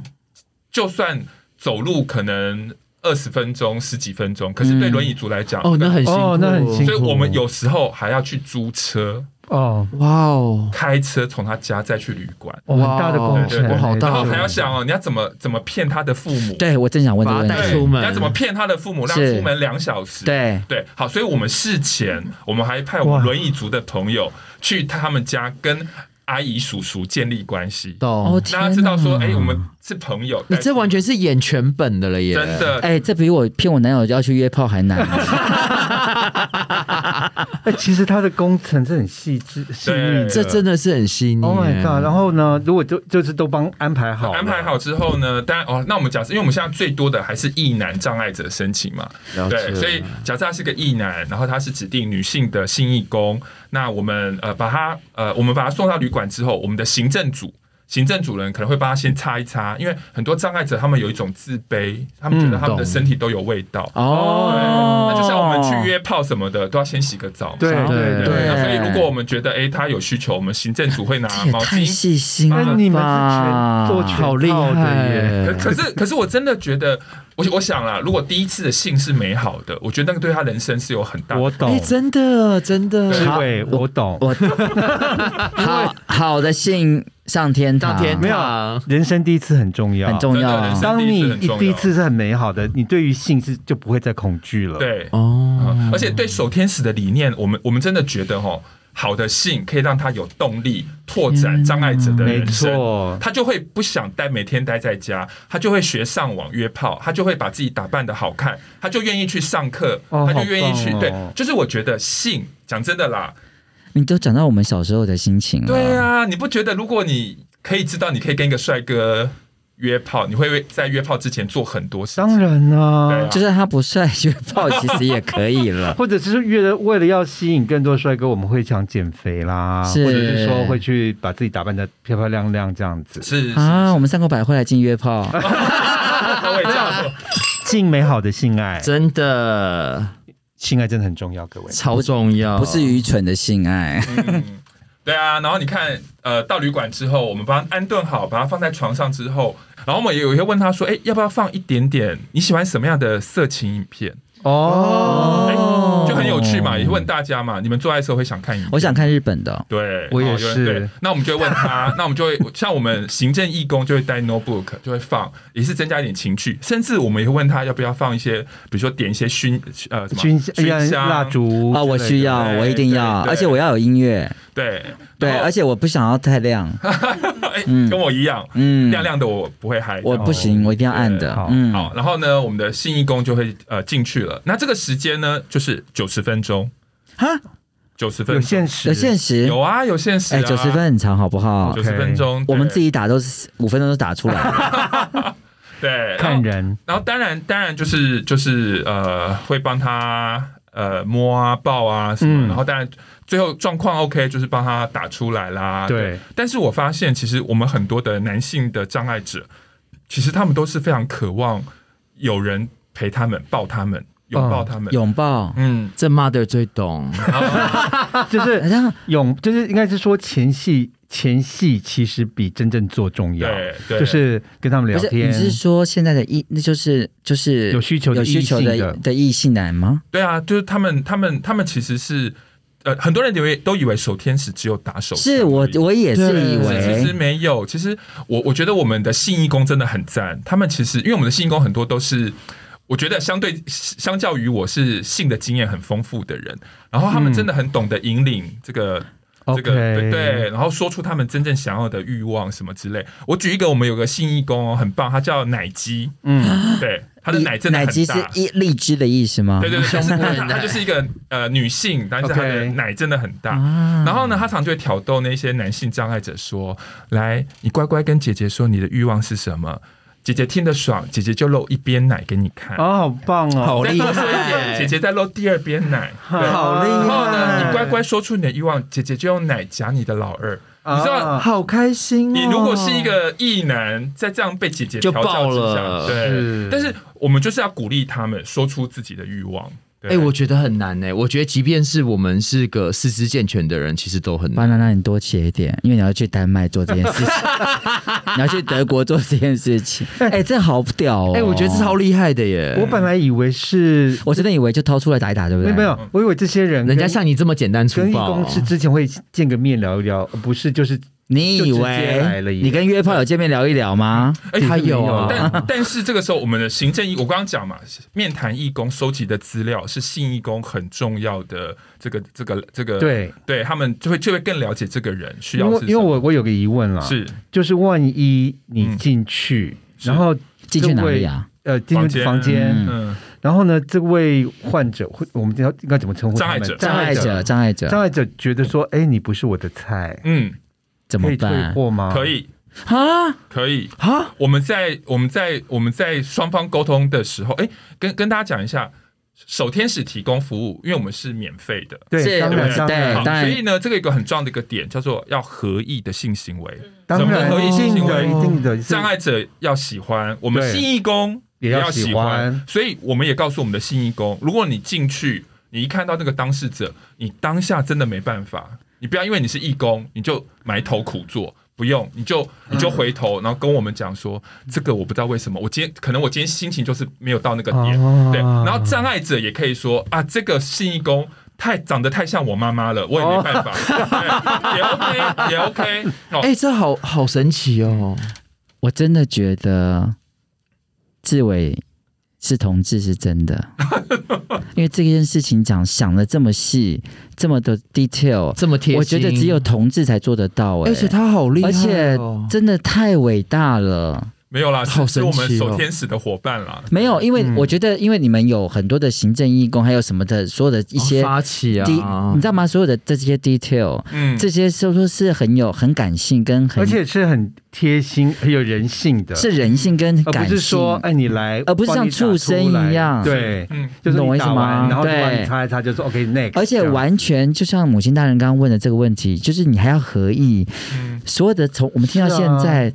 Speaker 4: 就算走路可能二十分钟、十几分钟，可是对轮椅族来讲，
Speaker 2: 哦，那很辛苦，
Speaker 1: 哦那很辛苦
Speaker 4: 所以我们有时候还要去租车，
Speaker 1: 哦，
Speaker 2: 哇哦，
Speaker 4: 开车从他家再去旅馆，
Speaker 1: 哦很大的工
Speaker 4: 对
Speaker 1: 程，
Speaker 4: 对
Speaker 2: 我好大
Speaker 4: 然后
Speaker 2: 哦
Speaker 4: 还要想哦，你要怎么怎么骗他的父母？
Speaker 3: 对我正想问这个问
Speaker 2: 把它带
Speaker 4: 对，
Speaker 3: 题。
Speaker 2: 出门
Speaker 4: 你要怎么骗他的父母，让
Speaker 3: 是
Speaker 4: 出门两小时？
Speaker 3: 对，
Speaker 4: 对，好，所以我们事前我们还派我
Speaker 1: 哇
Speaker 4: 们轮椅族的朋友去他们家跟阿姨叔叔建立关系，
Speaker 3: 哦
Speaker 2: 懂？
Speaker 3: 天
Speaker 4: 让他
Speaker 3: 哪
Speaker 4: 知道说，哎、我们是朋友。
Speaker 2: 你
Speaker 4: 但是
Speaker 2: 这完全是演全本的了耶！
Speaker 4: 真的，
Speaker 3: 哎、这比我骗我男友要去约炮还难。
Speaker 1: 哎，其实它的工程是很细致、细
Speaker 4: 啊
Speaker 1: 腻的，
Speaker 2: 这真的是很细腻。
Speaker 1: Oh my god！然后呢，如果就就是都帮安排好，
Speaker 4: 安排，好之后呢，当然哦，那我们假设，因为我们现在最多的还是异男障碍者申请嘛，
Speaker 2: 了解
Speaker 4: 对，所以假设他是个异男，然后他是指定女性的性义工，那我们呃把他呃我们把他送到旅馆之后，我们的行政组。行政主任可能会帮他先擦一擦，因为很多障碍者他们有一种自卑，他们觉得他们的
Speaker 2: 懂
Speaker 4: 身体都有味道，
Speaker 3: 哦，
Speaker 4: 那就像我们去约炮什么的，都要先洗个澡嘛。
Speaker 1: 对
Speaker 2: 对
Speaker 1: 对
Speaker 4: 对，
Speaker 1: 对。
Speaker 4: 那所以如果我们觉得哎、他有需求，我们行政组会拿
Speaker 3: 这也
Speaker 4: 啊毛
Speaker 3: 太
Speaker 4: 巾。
Speaker 3: 细心了
Speaker 1: 那
Speaker 3: 吧？
Speaker 1: 你们是全做全
Speaker 2: 好厉
Speaker 1: 套的耶
Speaker 2: 害
Speaker 4: 可可是可是我真的觉得我我想啦，如果第一次的性是美好的，我觉得那个对他人生是有很大的
Speaker 1: 我
Speaker 2: 哎、
Speaker 1: 懂，
Speaker 2: 真的真
Speaker 1: 志
Speaker 2: 的，
Speaker 1: 伟，我懂。
Speaker 3: 我好好的信上天堂，
Speaker 2: 上天
Speaker 1: 没有
Speaker 2: 啊
Speaker 1: 人生第一次很重要，
Speaker 3: 很重
Speaker 4: 真的
Speaker 3: 要
Speaker 4: 人生
Speaker 3: 啊。
Speaker 1: 当你
Speaker 4: 第一次很重要
Speaker 1: 第一次是很美好的，你对于性是就不会再恐惧了。，
Speaker 4: 对，啊
Speaker 2: 哦，
Speaker 4: 而且对守天使的理念，我们我们真的觉得哈，好的性可以让他有动力拓展障碍者的
Speaker 1: 嗯没
Speaker 4: 人生。
Speaker 1: 错，
Speaker 4: 他就会不想待每天待在家，他就会学上网约炮，他就会把自己打扮的好看，他就愿意去上课，
Speaker 1: 哦
Speaker 4: 他就愿意去、
Speaker 1: 好棒哦
Speaker 4: 对，就是我觉得性，讲真的啦，你
Speaker 3: 你都讲到我们小时候的心情了。
Speaker 4: 对啊，你不觉得如果你可以知道你可以跟一个帅哥约炮，你会在约炮之前做很多事
Speaker 1: 当
Speaker 4: 情？
Speaker 1: 然
Speaker 4: 对
Speaker 1: 啦、。
Speaker 4: 啊
Speaker 3: 就是他不帅，约炮其实也可以了
Speaker 1: 或者是为了为了要吸引更多帅哥，我们会想减肥啦，
Speaker 3: 是
Speaker 1: 或者是说会去把自己打扮的漂漂亮亮这样子，
Speaker 4: 是是，
Speaker 3: 啊，我们三口百惠来进约炮，
Speaker 4: 我也这样说。
Speaker 1: 性美好的性爱，
Speaker 2: 真的
Speaker 1: 性爱真的很重要，各位。
Speaker 2: 超重
Speaker 4: 哦
Speaker 2: 要，
Speaker 3: 不是愚蠢的性 爱，
Speaker 4: 嗯，对啊，然后你看，呃，到旅馆之后，我们把它安顿好，把它放在床上之后，然后我们也有一些问他说，哎，要不要放一点点？你喜欢什么样的色情影片？
Speaker 1: 哦，
Speaker 4: 哎，就很有趣嘛，也问大家嘛，你们做爱的时候会想看影片？
Speaker 3: 我想看日本的哦、
Speaker 4: 对，
Speaker 1: 我也
Speaker 4: 哦有人对
Speaker 1: 是
Speaker 4: 那我们就会问 他，那我们就会像我们行政义工就会带 notebook，就会放，也是增加一点情趣。甚至我们也会问他要不要放一些，比如说点一些熏呃什么
Speaker 1: 熏
Speaker 4: 熏香
Speaker 1: 哎蜡，烛
Speaker 3: 啊，我需要，
Speaker 4: 对
Speaker 3: 我一定要，
Speaker 4: 哎对对哦
Speaker 3: 而且我要有音乐，
Speaker 4: 对
Speaker 3: 对，而且我不想要太亮，
Speaker 4: 哎，跟我一样，
Speaker 3: 嗯，
Speaker 4: 亮亮的我不会嗨，
Speaker 3: 我不行，我一定要暗
Speaker 4: 对
Speaker 3: 的
Speaker 1: 好，
Speaker 3: 嗯，
Speaker 4: 好，然后呢，我们的信义工就会呃进去了。那这个时间呢，就是九十分钟，
Speaker 3: 哈，
Speaker 4: 九十分
Speaker 1: 有
Speaker 4: 钟
Speaker 1: 限时，
Speaker 3: 有限时，
Speaker 4: 有啊，有限时啊，
Speaker 3: 哎，九十分很长，好不好
Speaker 4: 九？十
Speaker 1: OK
Speaker 4: 分钟，
Speaker 3: 我们自
Speaker 4: 己
Speaker 3: 己打都是五分钟就打出来了，
Speaker 4: 对
Speaker 1: 看。
Speaker 4: 然后
Speaker 1: 人，
Speaker 4: 然后当然当然就是就是呃会帮他呃摸啊抱啊什
Speaker 1: 嗯
Speaker 4: 么，然后当然最后状况 OK 就是帮他打出来啦。
Speaker 1: 对，
Speaker 4: 但是我发现其实我们很多的男性的障碍者，其实他们都是非常渴望有人陪他们、抱他们、拥抱他们。
Speaker 1: 哦
Speaker 3: 拥抱，
Speaker 4: 嗯，
Speaker 2: 这 mother 最懂，
Speaker 1: 就是
Speaker 3: 好像
Speaker 1: 永就是应该是说前戏，前戏其实比真正做重要，
Speaker 4: 对对，
Speaker 1: 就是跟他们
Speaker 3: 不
Speaker 1: 聊
Speaker 3: 是
Speaker 1: 天。
Speaker 3: 你是说现在的异，那就是就是
Speaker 1: 有需求的
Speaker 3: 有需求
Speaker 1: 异性
Speaker 3: 的
Speaker 1: 的
Speaker 3: 的异性男吗？
Speaker 4: 对啊，就是他们，他们，他们其实是，呃，很多人以为都以为守天使只有打手枪而已，
Speaker 3: 是我我也是
Speaker 2: 对
Speaker 3: 以
Speaker 4: 是其实
Speaker 3: 为，
Speaker 4: 没有。其实我我觉得我们的信义工真的很赞，他们其实因为我们的信义工很多都是。我觉得相对相较于我是性的经验很丰富的人，然后他
Speaker 3: 嗯
Speaker 4: 们真的很懂得引领这个、这
Speaker 1: OK，
Speaker 4: 个对对，然后说出他们真正想要的欲望什么之类。我举一个，我们有个信义工哦，很棒，他叫奶鸡，
Speaker 1: 嗯，
Speaker 4: 对，他的奶真的
Speaker 3: 奶
Speaker 4: 很
Speaker 3: 鸡是
Speaker 4: 大，
Speaker 3: 一荔枝的意思吗？
Speaker 4: 对对对，但是
Speaker 2: 胸部很
Speaker 4: 她
Speaker 2: 大
Speaker 4: 她就是一个呃女性，但是她的
Speaker 1: OK
Speaker 4: 奶真的很大。
Speaker 3: 啊
Speaker 4: 然后呢，她常就会挑逗那些男性障碍者说：“来，你乖乖跟姐姐说你的欲望是什么，姐姐听得爽，姐姐就露一边奶给你看。
Speaker 1: 哦，好棒哦，
Speaker 4: 再多说一
Speaker 2: 厉害
Speaker 4: 点，姐姐再露第二边 奶。对
Speaker 1: 好厉害
Speaker 4: 然后呢，你乖乖说出你的欲望，姐姐就用奶夹你的老
Speaker 2: 哦
Speaker 4: 二。
Speaker 1: 啊
Speaker 4: 你知道
Speaker 2: 好开心哦！
Speaker 4: 你如果是一个异男，再这样被姐姐
Speaker 2: 就
Speaker 4: 调教
Speaker 2: 爆
Speaker 4: 之下
Speaker 2: 了
Speaker 4: 对
Speaker 1: 是。
Speaker 4: 但是我们就是要鼓励他们说出自己的欲望。
Speaker 2: 哎、
Speaker 4: 对
Speaker 2: 我觉得很难哎、我觉得即便是我们是个四肢健全的人，其实都很
Speaker 3: 巴
Speaker 2: 难。
Speaker 3: 娜，那你多写一点，因为你要去丹麦做这件事情，你要去德国做这件事情。哎、这好屌哦！
Speaker 2: 哎、我觉得这超厉害的耶！
Speaker 1: 我本来以为是，
Speaker 3: 我真的以为就掏出来打一打，对不
Speaker 1: 没
Speaker 3: 对？
Speaker 1: 有没有，
Speaker 4: 嗯
Speaker 1: 我以为这些人
Speaker 2: 人家
Speaker 1: 跟
Speaker 2: 像你啊这么简单粗
Speaker 1: 跟义
Speaker 2: 暴
Speaker 1: 工，是之前会见个面聊一聊，而不是就是
Speaker 3: 你以
Speaker 1: 就直接来
Speaker 3: 为
Speaker 1: 了耶
Speaker 3: 你跟约炮有见面聊一聊吗？
Speaker 4: 哎
Speaker 2: 他有
Speaker 1: 有
Speaker 2: 啊
Speaker 1: 啊，
Speaker 4: 但但是这个时候，我们的行政义，我刚刚讲嘛，面谈义工收集的资料是信义工很重要的这个这个这个，
Speaker 1: 对，
Speaker 4: 对他们就会就会更了解这个人需
Speaker 1: 因
Speaker 4: 要
Speaker 1: 为
Speaker 4: 是
Speaker 1: 因为
Speaker 4: 什么
Speaker 1: 我我有个疑问啦，
Speaker 4: 是嗯
Speaker 1: 就是万一你进去，
Speaker 4: 是
Speaker 1: 然后
Speaker 3: 进去哪里啊？
Speaker 1: 呃进去
Speaker 4: 房
Speaker 1: 房
Speaker 4: 间
Speaker 1: 间，
Speaker 3: 嗯
Speaker 4: 嗯
Speaker 1: 然后呢，这位患者会我们要应该怎么称呼
Speaker 4: 障
Speaker 1: 他
Speaker 4: 碍
Speaker 1: 们？
Speaker 4: 者
Speaker 3: 障碍者，障碍者
Speaker 1: 障碍者觉得说，哎，你不是我的菜，
Speaker 4: 嗯，
Speaker 3: 怎么
Speaker 1: 可以退
Speaker 3: 办？
Speaker 1: 货吗？
Speaker 4: 可以
Speaker 3: 啊
Speaker 4: 可以。
Speaker 3: 啊！
Speaker 4: 我们在我们在我们在双方沟通的时候，哎，跟跟大家讲一下，守天使提供服务，因为我们是免费的。
Speaker 1: 对，
Speaker 3: 是
Speaker 1: 当
Speaker 4: 对
Speaker 1: 然哎当
Speaker 3: 对
Speaker 1: 然
Speaker 4: 好
Speaker 3: 当然
Speaker 4: 所以呢，这个有一个很重要的一个点，叫做要合意的性行为。
Speaker 1: 当
Speaker 4: 什么
Speaker 1: 然
Speaker 4: 合意
Speaker 1: 一
Speaker 4: 性
Speaker 1: 定
Speaker 4: 行
Speaker 1: 的
Speaker 4: 为
Speaker 1: 一定的
Speaker 4: 障碍者要喜欢，我们
Speaker 1: 对
Speaker 4: 信义工
Speaker 1: 也要
Speaker 4: 要喜
Speaker 1: 喜欢
Speaker 4: 所以我们也告诉我们的信义工，如果你进去，你一看到那个当事者，你当下真的没办法，你不要因为你是义工，你就埋头苦做，不用，你就你就回头，
Speaker 1: 嗯
Speaker 4: 然后跟我们讲说，这个我不知道为什么，我今天可能我今天心情就是没有到那个点，
Speaker 1: 哦
Speaker 4: 对。然后障碍者也可以说啊，这个信义工太长得太像我妈妈了，我也没办 法，对也 OK 也 OK 哦。
Speaker 2: 哎、这好好神奇哦！
Speaker 3: 我真的觉得志伟是同志是真的，因为这件事情讲想的这么细，这么的 detail，
Speaker 2: 这么贴心，
Speaker 3: 我觉得只有同志才做得到、哎，
Speaker 2: 而且他好厉害、
Speaker 3: 而且
Speaker 2: 哦，
Speaker 3: 真的太伟大了。
Speaker 4: 没有啦，
Speaker 2: 好
Speaker 4: 是是我们
Speaker 2: 神奇哦
Speaker 4: 守天使的伙伴啦。
Speaker 3: 没有，因为
Speaker 2: 嗯
Speaker 3: 我觉得，因为你们有很多的行政义工，还有什么的，所有的一些
Speaker 2: 哦发起啊，
Speaker 3: 低，你知道吗？所有的这些 detail，
Speaker 4: 嗯，
Speaker 3: 这些是说是很有很感性跟很
Speaker 1: 而且是很贴心、很有人性的，
Speaker 3: 是人性跟
Speaker 1: 而
Speaker 3: 感
Speaker 1: 不
Speaker 3: 性，
Speaker 1: 是说哎你来，
Speaker 3: 而不是
Speaker 1: 帮
Speaker 3: 像
Speaker 1: 你打出
Speaker 3: 畜生
Speaker 1: 来
Speaker 3: 一样
Speaker 1: 对，
Speaker 4: 嗯，
Speaker 1: 就是
Speaker 3: 懂我
Speaker 1: 你
Speaker 3: 意思
Speaker 1: 打
Speaker 3: 吗
Speaker 1: 完，然后就帮
Speaker 3: 对
Speaker 1: 你擦一擦，就说 OK next，
Speaker 3: 而且
Speaker 1: 这样
Speaker 3: 完全就像母亲大人刚刚问的这个问题，就是你还要合意，
Speaker 4: 嗯
Speaker 3: 所有的从我们听到
Speaker 1: 是啊
Speaker 3: 现在，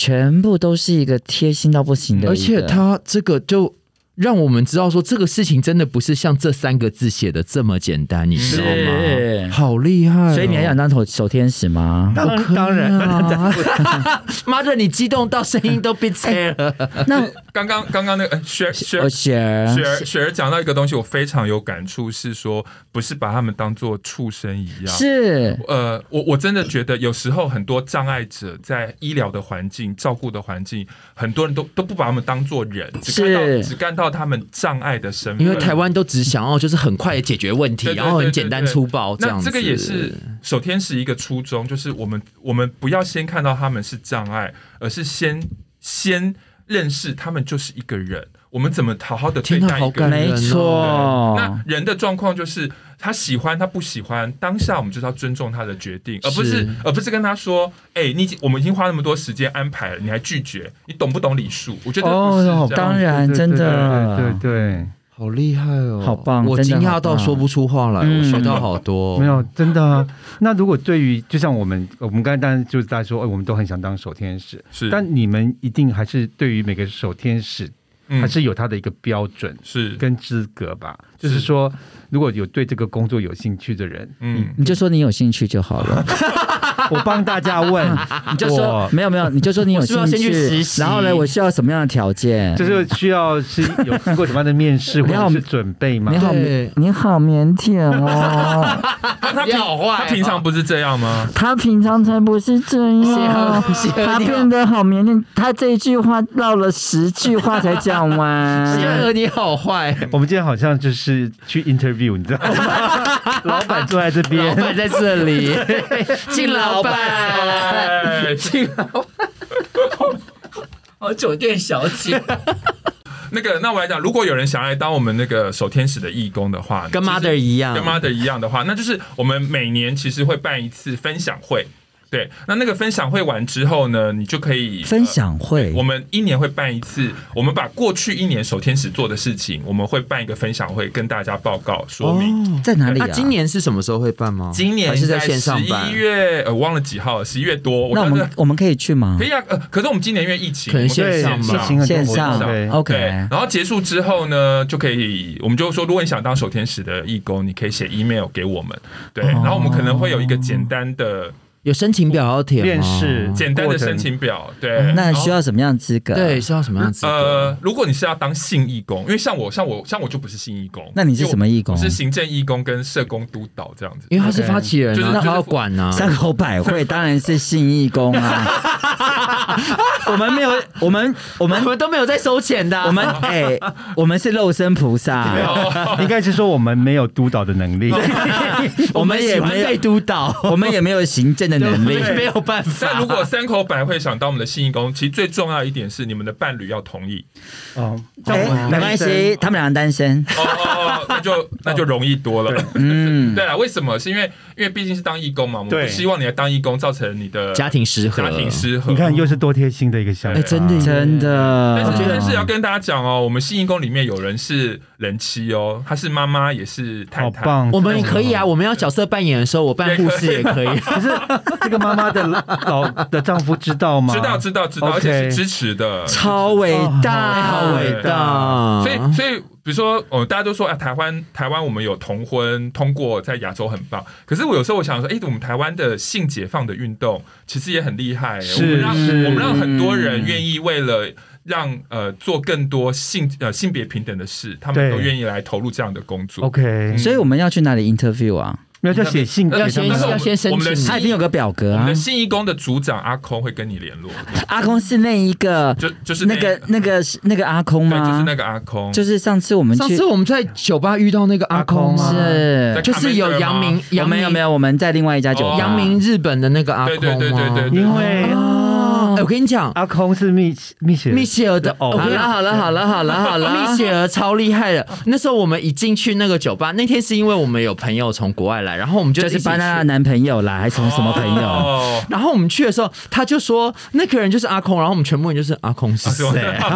Speaker 3: 全部都是一个贴心到不行的一个，
Speaker 2: 而且他这个就让我们知道说，这个事情真的不是像这三个字写的这么简单，你知道吗？
Speaker 3: 是，
Speaker 2: 好厉害哦、
Speaker 3: 所以你还想当守守天使吗？
Speaker 1: 当然当然，
Speaker 2: 啊！妈的，你激动到声音都变切了。
Speaker 3: 那
Speaker 4: 呃刚刚刚刚那个呃雪雪
Speaker 2: 哦
Speaker 3: 我哦雪
Speaker 4: 雪
Speaker 3: 儿，
Speaker 4: 儿雪儿讲到一个东西，我非常有感触，是说不是把他们当做畜生一样。
Speaker 3: 是
Speaker 4: 呃，我我真的觉得有时候很多障碍者在医疗的环境、照顾的环境，很多人都都不把他们当做人，只看
Speaker 3: 是
Speaker 4: 到只看到他们障碍的身份。
Speaker 2: 因为台湾都只想要就是很快的解决问题，
Speaker 4: 对对对
Speaker 2: 然后很简单粗暴哦这样
Speaker 4: 那
Speaker 2: 子。
Speaker 4: 这个也是守天使一个初衷，就是我们我们不要先看到他们是障碍，而是先先认识他们就是一个人。我们怎么好好的对
Speaker 2: 天哪，
Speaker 4: 待
Speaker 2: 好
Speaker 4: 一个
Speaker 2: 感
Speaker 4: 人？
Speaker 2: 人、哦。
Speaker 3: 没错
Speaker 4: 那人的状况就是他喜欢他不喜欢，当下我们就是要尊重他的决定，而不是
Speaker 2: 是
Speaker 4: 而不是跟他说，哎、你已经我们已经花那么多时间安排了，你还拒绝，你懂不懂礼数？我觉得不是这样
Speaker 1: 哦，
Speaker 3: 当然
Speaker 1: 对对
Speaker 3: 真
Speaker 1: 对
Speaker 3: 的
Speaker 1: 对对对
Speaker 2: 好厉害哦，
Speaker 3: 好棒
Speaker 2: 我
Speaker 3: 真的
Speaker 2: 惊
Speaker 3: 好
Speaker 2: 讶到
Speaker 3: 棒
Speaker 2: 说不出话来，
Speaker 3: 嗯
Speaker 2: 我学到好多。
Speaker 4: 嗯
Speaker 1: 没有，真的啊。那如果对于，就像我们，我们刚才当然就是大家说，哎，我们都很想当守天使，
Speaker 4: 是，
Speaker 1: 但你们一定还是对于每个守天使，
Speaker 4: 嗯
Speaker 1: 还是有他的一个标准
Speaker 4: 是
Speaker 1: 跟资格吧。就是
Speaker 4: 是
Speaker 1: 说，如果有对这个工作有兴趣的人，
Speaker 4: 嗯
Speaker 3: 你就说你有兴趣就好了，
Speaker 1: 我帮大家问，
Speaker 3: 你就说
Speaker 1: 我
Speaker 3: 没有没有，你就说你有
Speaker 2: 我是不
Speaker 3: 兴
Speaker 2: 是要先去实
Speaker 3: 趣，
Speaker 2: 习
Speaker 3: 然后呢，我需要什么样的条件？
Speaker 1: 就是需要是有经过什么样的面试或
Speaker 3: 你好
Speaker 1: 者是准备吗
Speaker 3: 你？好
Speaker 2: 对，
Speaker 3: 你好腼腆哦。
Speaker 4: 那他平
Speaker 2: 你好坏哦
Speaker 4: 他平常不是这样吗？
Speaker 3: 他平常才不是这样，
Speaker 2: 谢谢
Speaker 3: 他
Speaker 2: 你
Speaker 3: 变得好腼腆。他这一句话绕了十句话才讲完。
Speaker 2: 你好坏，
Speaker 1: 我们今天好像就是去 interview，你知道吗？老板坐在这
Speaker 2: 老
Speaker 1: 边，
Speaker 2: 板在这 里，金老板，
Speaker 4: 哎
Speaker 2: 金老板，哦，酒店小姐，
Speaker 4: 那个，那我来讲，如果有人想来当我们那个守天使的义工的话，
Speaker 2: 跟
Speaker 4: 其实
Speaker 2: mother 一样，
Speaker 4: 跟 Mother 一样的话，那就是我们每年其实会办一次分享会。对，那那个分享会完之后呢，你就可以
Speaker 3: 分、享
Speaker 4: 呃
Speaker 3: 会
Speaker 4: 我们一年会办一次，我们把过去一年守天使做的事情，我们会办一个分享会，跟大家报告说明。
Speaker 3: 在哪里
Speaker 2: 那
Speaker 3: 啊？
Speaker 2: 今年是什么时候会办吗？
Speaker 4: 今年
Speaker 2: 哦还是在线上办
Speaker 4: 十一？月，呃，忘了几号了，十一月多。
Speaker 3: 那我
Speaker 4: 看
Speaker 3: 们我们可以去吗
Speaker 4: 可？以啊，呃，可是我们今年因为疫情，
Speaker 2: 可能
Speaker 4: 我们
Speaker 2: 线上
Speaker 1: 疫
Speaker 2: 吧
Speaker 1: 情很
Speaker 3: 线
Speaker 1: 多
Speaker 3: 上
Speaker 1: 对
Speaker 3: OK
Speaker 4: 对，然后结束之后呢，就可以，我们就说，如果你想当守天使的义工，你可以写
Speaker 3: 哦
Speaker 4: email 给我们，对，然后我们可能会有一个简单的、
Speaker 2: 有申请表要填吗
Speaker 1: 面试
Speaker 4: 简单的申请表，对，
Speaker 3: 嗯那
Speaker 4: 然后
Speaker 3: 需要什么样的资格？
Speaker 2: 对，，是要什么样子？
Speaker 4: 呃，如果你是要当性义工，因为像我，像我，像我就不是性义工，
Speaker 3: 那你是什么义工
Speaker 4: 我是行政义工跟社工督导这样子，
Speaker 2: 因为他是发起人
Speaker 4: 就是
Speaker 2: 啊，
Speaker 4: 就是
Speaker 2: 他要管啊。
Speaker 3: 山口百惠当然是信义工啊。 我们没有，我们我们
Speaker 2: 我们都没有在收钱的啊，
Speaker 3: 我们哎，我们是肉身菩萨，
Speaker 1: 应该是说我们没有督导的能力。
Speaker 2: 我们喜
Speaker 3: 也
Speaker 2: 欢
Speaker 3: 没
Speaker 2: 被
Speaker 3: 有，
Speaker 2: 督导，
Speaker 3: 我们也没有行政的能 力。
Speaker 2: 没有办法。
Speaker 4: 但如果三口百惠想当我们的性义工，其实最重要一点是你们的伴侣要同意。
Speaker 1: 哦，
Speaker 3: 哎，没关系，他们两个单身。
Speaker 4: 哦哦，哦那就那就容易多 了。
Speaker 3: 嗯，
Speaker 4: 对啦，为什么？是因为因为毕竟是当义工嘛，我们
Speaker 1: 对
Speaker 4: 不希望你来当义工造成你的
Speaker 2: 家庭失和，
Speaker 4: 家庭失和。
Speaker 1: 你看又是多贴心的一个小
Speaker 4: 哎
Speaker 1: 孩，
Speaker 2: 真的耶
Speaker 3: 真的
Speaker 4: 但。是
Speaker 2: 啊
Speaker 4: 但是要跟大家讲哦，我们新义工里面有人是人妻哦，她是妈妈也是
Speaker 1: 哎好
Speaker 4: 太太。
Speaker 1: 棒！
Speaker 2: 我们也可以啊，我们要角色扮演的时候，我扮护士也可 以。
Speaker 1: 可是这个妈妈的老的丈夫知道吗？
Speaker 4: 知道知道知道，
Speaker 1: OK
Speaker 4: 而且是支持的。
Speaker 3: 哎超伟
Speaker 1: 哦
Speaker 3: 大，嗯
Speaker 4: 好伟大
Speaker 3: 啊
Speaker 2: 大
Speaker 4: 所以所以比如说，呃，大家都说啊，台湾台湾我们有同婚通过，在亚洲很棒。可是我有时候我想说，哎、我们台湾的性解放的运动其实也很厉害、
Speaker 1: 是
Speaker 4: 我们让
Speaker 1: 是
Speaker 4: 我们让很多人愿意为了。让呃做更多性呃性别平等的事，他们
Speaker 1: 对
Speaker 4: 都愿意来投入这样的工作。
Speaker 1: OK，
Speaker 3: 所以我们要去哪里 interview 啊？
Speaker 1: 没有就写信给
Speaker 2: 要
Speaker 1: 他
Speaker 2: 先
Speaker 1: 们
Speaker 4: 那我们
Speaker 2: 要先申
Speaker 4: 我们的
Speaker 2: 请
Speaker 4: 信
Speaker 3: 他已经有个表格
Speaker 4: 我
Speaker 3: 啊
Speaker 4: 们的。信义工的组长阿空会跟你联络，
Speaker 3: 阿空是那一个，
Speaker 4: 就就是
Speaker 3: 那个那个那个啊阿空
Speaker 4: 对，
Speaker 3: 吗？
Speaker 4: 就是那个阿空，
Speaker 3: 就是上次我们
Speaker 2: 上
Speaker 3: 去
Speaker 2: 次我们在酒吧遇到那个阿
Speaker 1: 阿空
Speaker 2: 空
Speaker 1: 吗
Speaker 2: 是，
Speaker 3: 是
Speaker 4: 在
Speaker 2: 就是有阳明，
Speaker 3: 我
Speaker 2: 阳
Speaker 3: 们
Speaker 2: 明
Speaker 3: 哦有没有我们在另外一家酒吧？
Speaker 4: 哦
Speaker 2: 阳明日本的那个阿空
Speaker 4: 对对对对对对
Speaker 1: 因为
Speaker 2: 哦，哎我跟你讲，
Speaker 1: 阿空是蜜蜜雪
Speaker 2: 蜜雪儿的
Speaker 1: 哦好
Speaker 2: 哦，好
Speaker 1: 啦
Speaker 2: 了好了好了好了好了，蜜雪儿超厉害的。那时候我们一进去那个酒吧，那天是因为我们有朋友从国外来，然后我们就
Speaker 3: 就
Speaker 2: 一起
Speaker 3: 是
Speaker 2: 去
Speaker 3: 巴娜娜男朋友啦，还是什么什么朋友？啊
Speaker 4: 哦
Speaker 2: 然后我们去的时候，他就说那个人就是阿空，然后我们全部人就是阿空是
Speaker 4: 是吗
Speaker 2: 谁？啊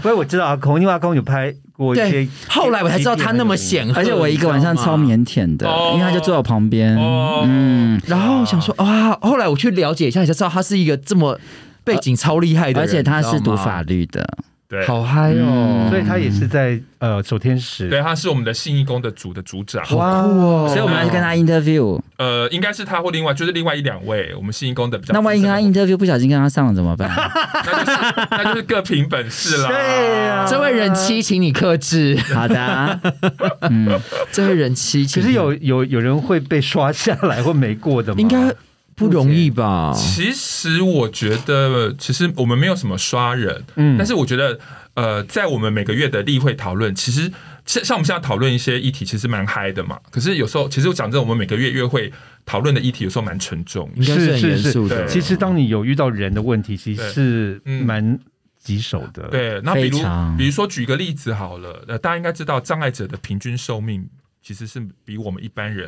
Speaker 1: 不是我知道阿空，因为阿空有拍过一些
Speaker 2: 对，，后来我才知道他那么显赫，
Speaker 3: 而且我一个晚上
Speaker 2: 你知道
Speaker 3: 超
Speaker 2: 吗。
Speaker 3: 腼腆的
Speaker 4: 哦，
Speaker 3: 因为他就坐我旁边。
Speaker 4: 哦
Speaker 3: 嗯，
Speaker 2: 然后我想说哇，后来我去了解一下才知道他是一个这么背景超厉害的人，
Speaker 3: 而且他是
Speaker 2: 你知道
Speaker 3: 读
Speaker 2: 吗
Speaker 3: 法，律的，
Speaker 4: 对，
Speaker 2: 好嗨哦！
Speaker 1: 所以他也是在呃守天使
Speaker 4: 对，他是我们的信义工的组的组长，
Speaker 1: 哇
Speaker 2: 嗯
Speaker 1: 哦
Speaker 3: 所以我们要去跟他 interview。
Speaker 4: 呃，应该是他或另外就是另外一两位我们信义工的比较
Speaker 3: 那
Speaker 4: 资
Speaker 3: 万一
Speaker 4: 深
Speaker 3: 跟他
Speaker 4: 的伙伴，
Speaker 3: interview 不小心跟他上了怎么办？
Speaker 4: 那就是 那就是各凭本事啦，
Speaker 1: 对啊
Speaker 2: 这位人妻，请你克制。
Speaker 3: 好的啊，嗯，
Speaker 2: 这位人妻，
Speaker 1: 可
Speaker 2: 请
Speaker 1: 是有有有人会被刷下来或没过的吗？
Speaker 2: 应该不容易吧？
Speaker 4: 其实我觉得，其实我们没有什么刷人，
Speaker 1: 嗯
Speaker 4: 但是我觉得，呃，在我们每个月的例会讨论，其实像像我们现在讨论一些议题，其实蛮嗨的嘛。可是有时候，其实我讲真的，我们每个月月会讨论的议题，有时候蛮沉重
Speaker 3: 嗯
Speaker 4: 的。
Speaker 2: 应该是很
Speaker 1: 是
Speaker 2: 严
Speaker 1: 是
Speaker 2: 肃
Speaker 4: 对
Speaker 2: 的。
Speaker 1: 其实当你有遇到人的问题，其实
Speaker 4: 对
Speaker 1: 是
Speaker 4: 嗯
Speaker 1: 蛮棘手的。，
Speaker 4: 对，那比如
Speaker 3: 非常
Speaker 4: 比如说举个例子好了，呃，大家应该知道，障碍者的平均寿命其实是比我们一般人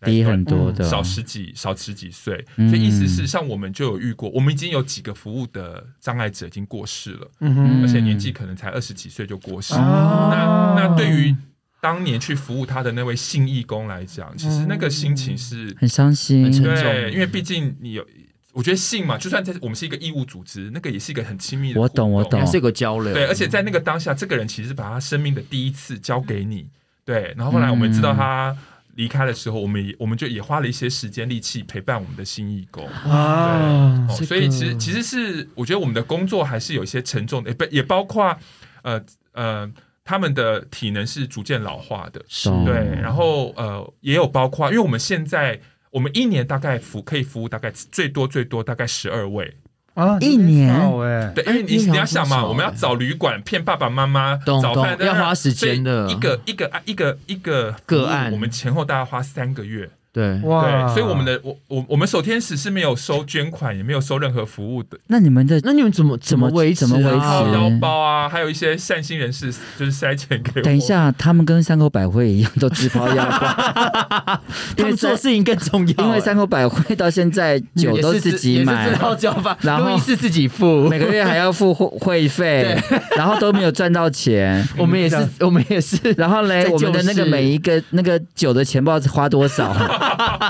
Speaker 4: 来
Speaker 3: 低很多
Speaker 2: 嗯
Speaker 3: 的，
Speaker 4: 少十几少十几岁，
Speaker 3: 啊嗯
Speaker 4: 所以意思是像我们就有遇过，我们已经有几个服务的障碍者已经过世了。
Speaker 1: 嗯哼，
Speaker 4: 而且年纪可能才二十几岁就过世。
Speaker 1: 哦
Speaker 4: 那那对于当年去服务他的那位信义工来讲，其实那个心情是，
Speaker 3: 嗯很伤心
Speaker 2: 很。沉
Speaker 4: 对，因为毕竟你有，我觉得信嘛，就算在我们是一个义务组织，那个也是一个很亲密的
Speaker 3: 我
Speaker 4: 互动。
Speaker 3: 懂我懂
Speaker 2: 还是有个交流，
Speaker 4: 对，而且在那个当下，这个人其实把他生命的第一次交给你，对。然后后来我们知道他离开的时候，我们也我们就也花了一些时间力气陪伴我们的新义工。
Speaker 1: 啊，
Speaker 4: 哦，
Speaker 2: 这个
Speaker 4: 所以其实其实是我觉得我们的工作还是有一些沉重的，也不也包括呃呃他们的体能是逐渐老化的，
Speaker 3: 懂
Speaker 2: 嗯
Speaker 4: 对，然后呃也有包括，因为我们现在我们一年大概服可以服务大概最多最多大概十二位，
Speaker 1: 啊
Speaker 3: 一年
Speaker 1: 哎，
Speaker 4: 对，因为你
Speaker 2: 一年
Speaker 4: 你要想嘛，
Speaker 2: 多少
Speaker 4: 我们要找旅馆骗爸爸妈妈
Speaker 2: 懂
Speaker 4: 找饭，
Speaker 2: 懂要花时间的
Speaker 4: 所以一个一个一个一个服务
Speaker 2: 个案
Speaker 4: 我们前后大概花三个月，
Speaker 2: 对，
Speaker 1: 哇，
Speaker 4: 对，所以我们的我我我们守天使是没有收捐款，也没有收任何服务的。
Speaker 3: 那你们的
Speaker 2: 那你们怎么怎么维持啊？
Speaker 3: 怎么维
Speaker 4: 还有
Speaker 3: 持
Speaker 4: 腰包啊，还有一些善心人士就是塞钱给我。
Speaker 3: 等一，下，他们跟山口百惠一样都自抛 腰包，
Speaker 2: 他们做事情更重要，
Speaker 3: 因为山口百惠到现在酒都自己买
Speaker 2: 也是，自掏交吧，
Speaker 3: 然后
Speaker 2: 路易是自己付
Speaker 3: 每。个月还要付会会费，然后都没有赚到钱。
Speaker 2: 我们也是，我们也是，
Speaker 4: 啊
Speaker 3: 然后嘞，
Speaker 2: 在
Speaker 3: 我们的那
Speaker 2: 旧
Speaker 3: 个
Speaker 2: 市
Speaker 3: 每一个那个酒的钱包花多少？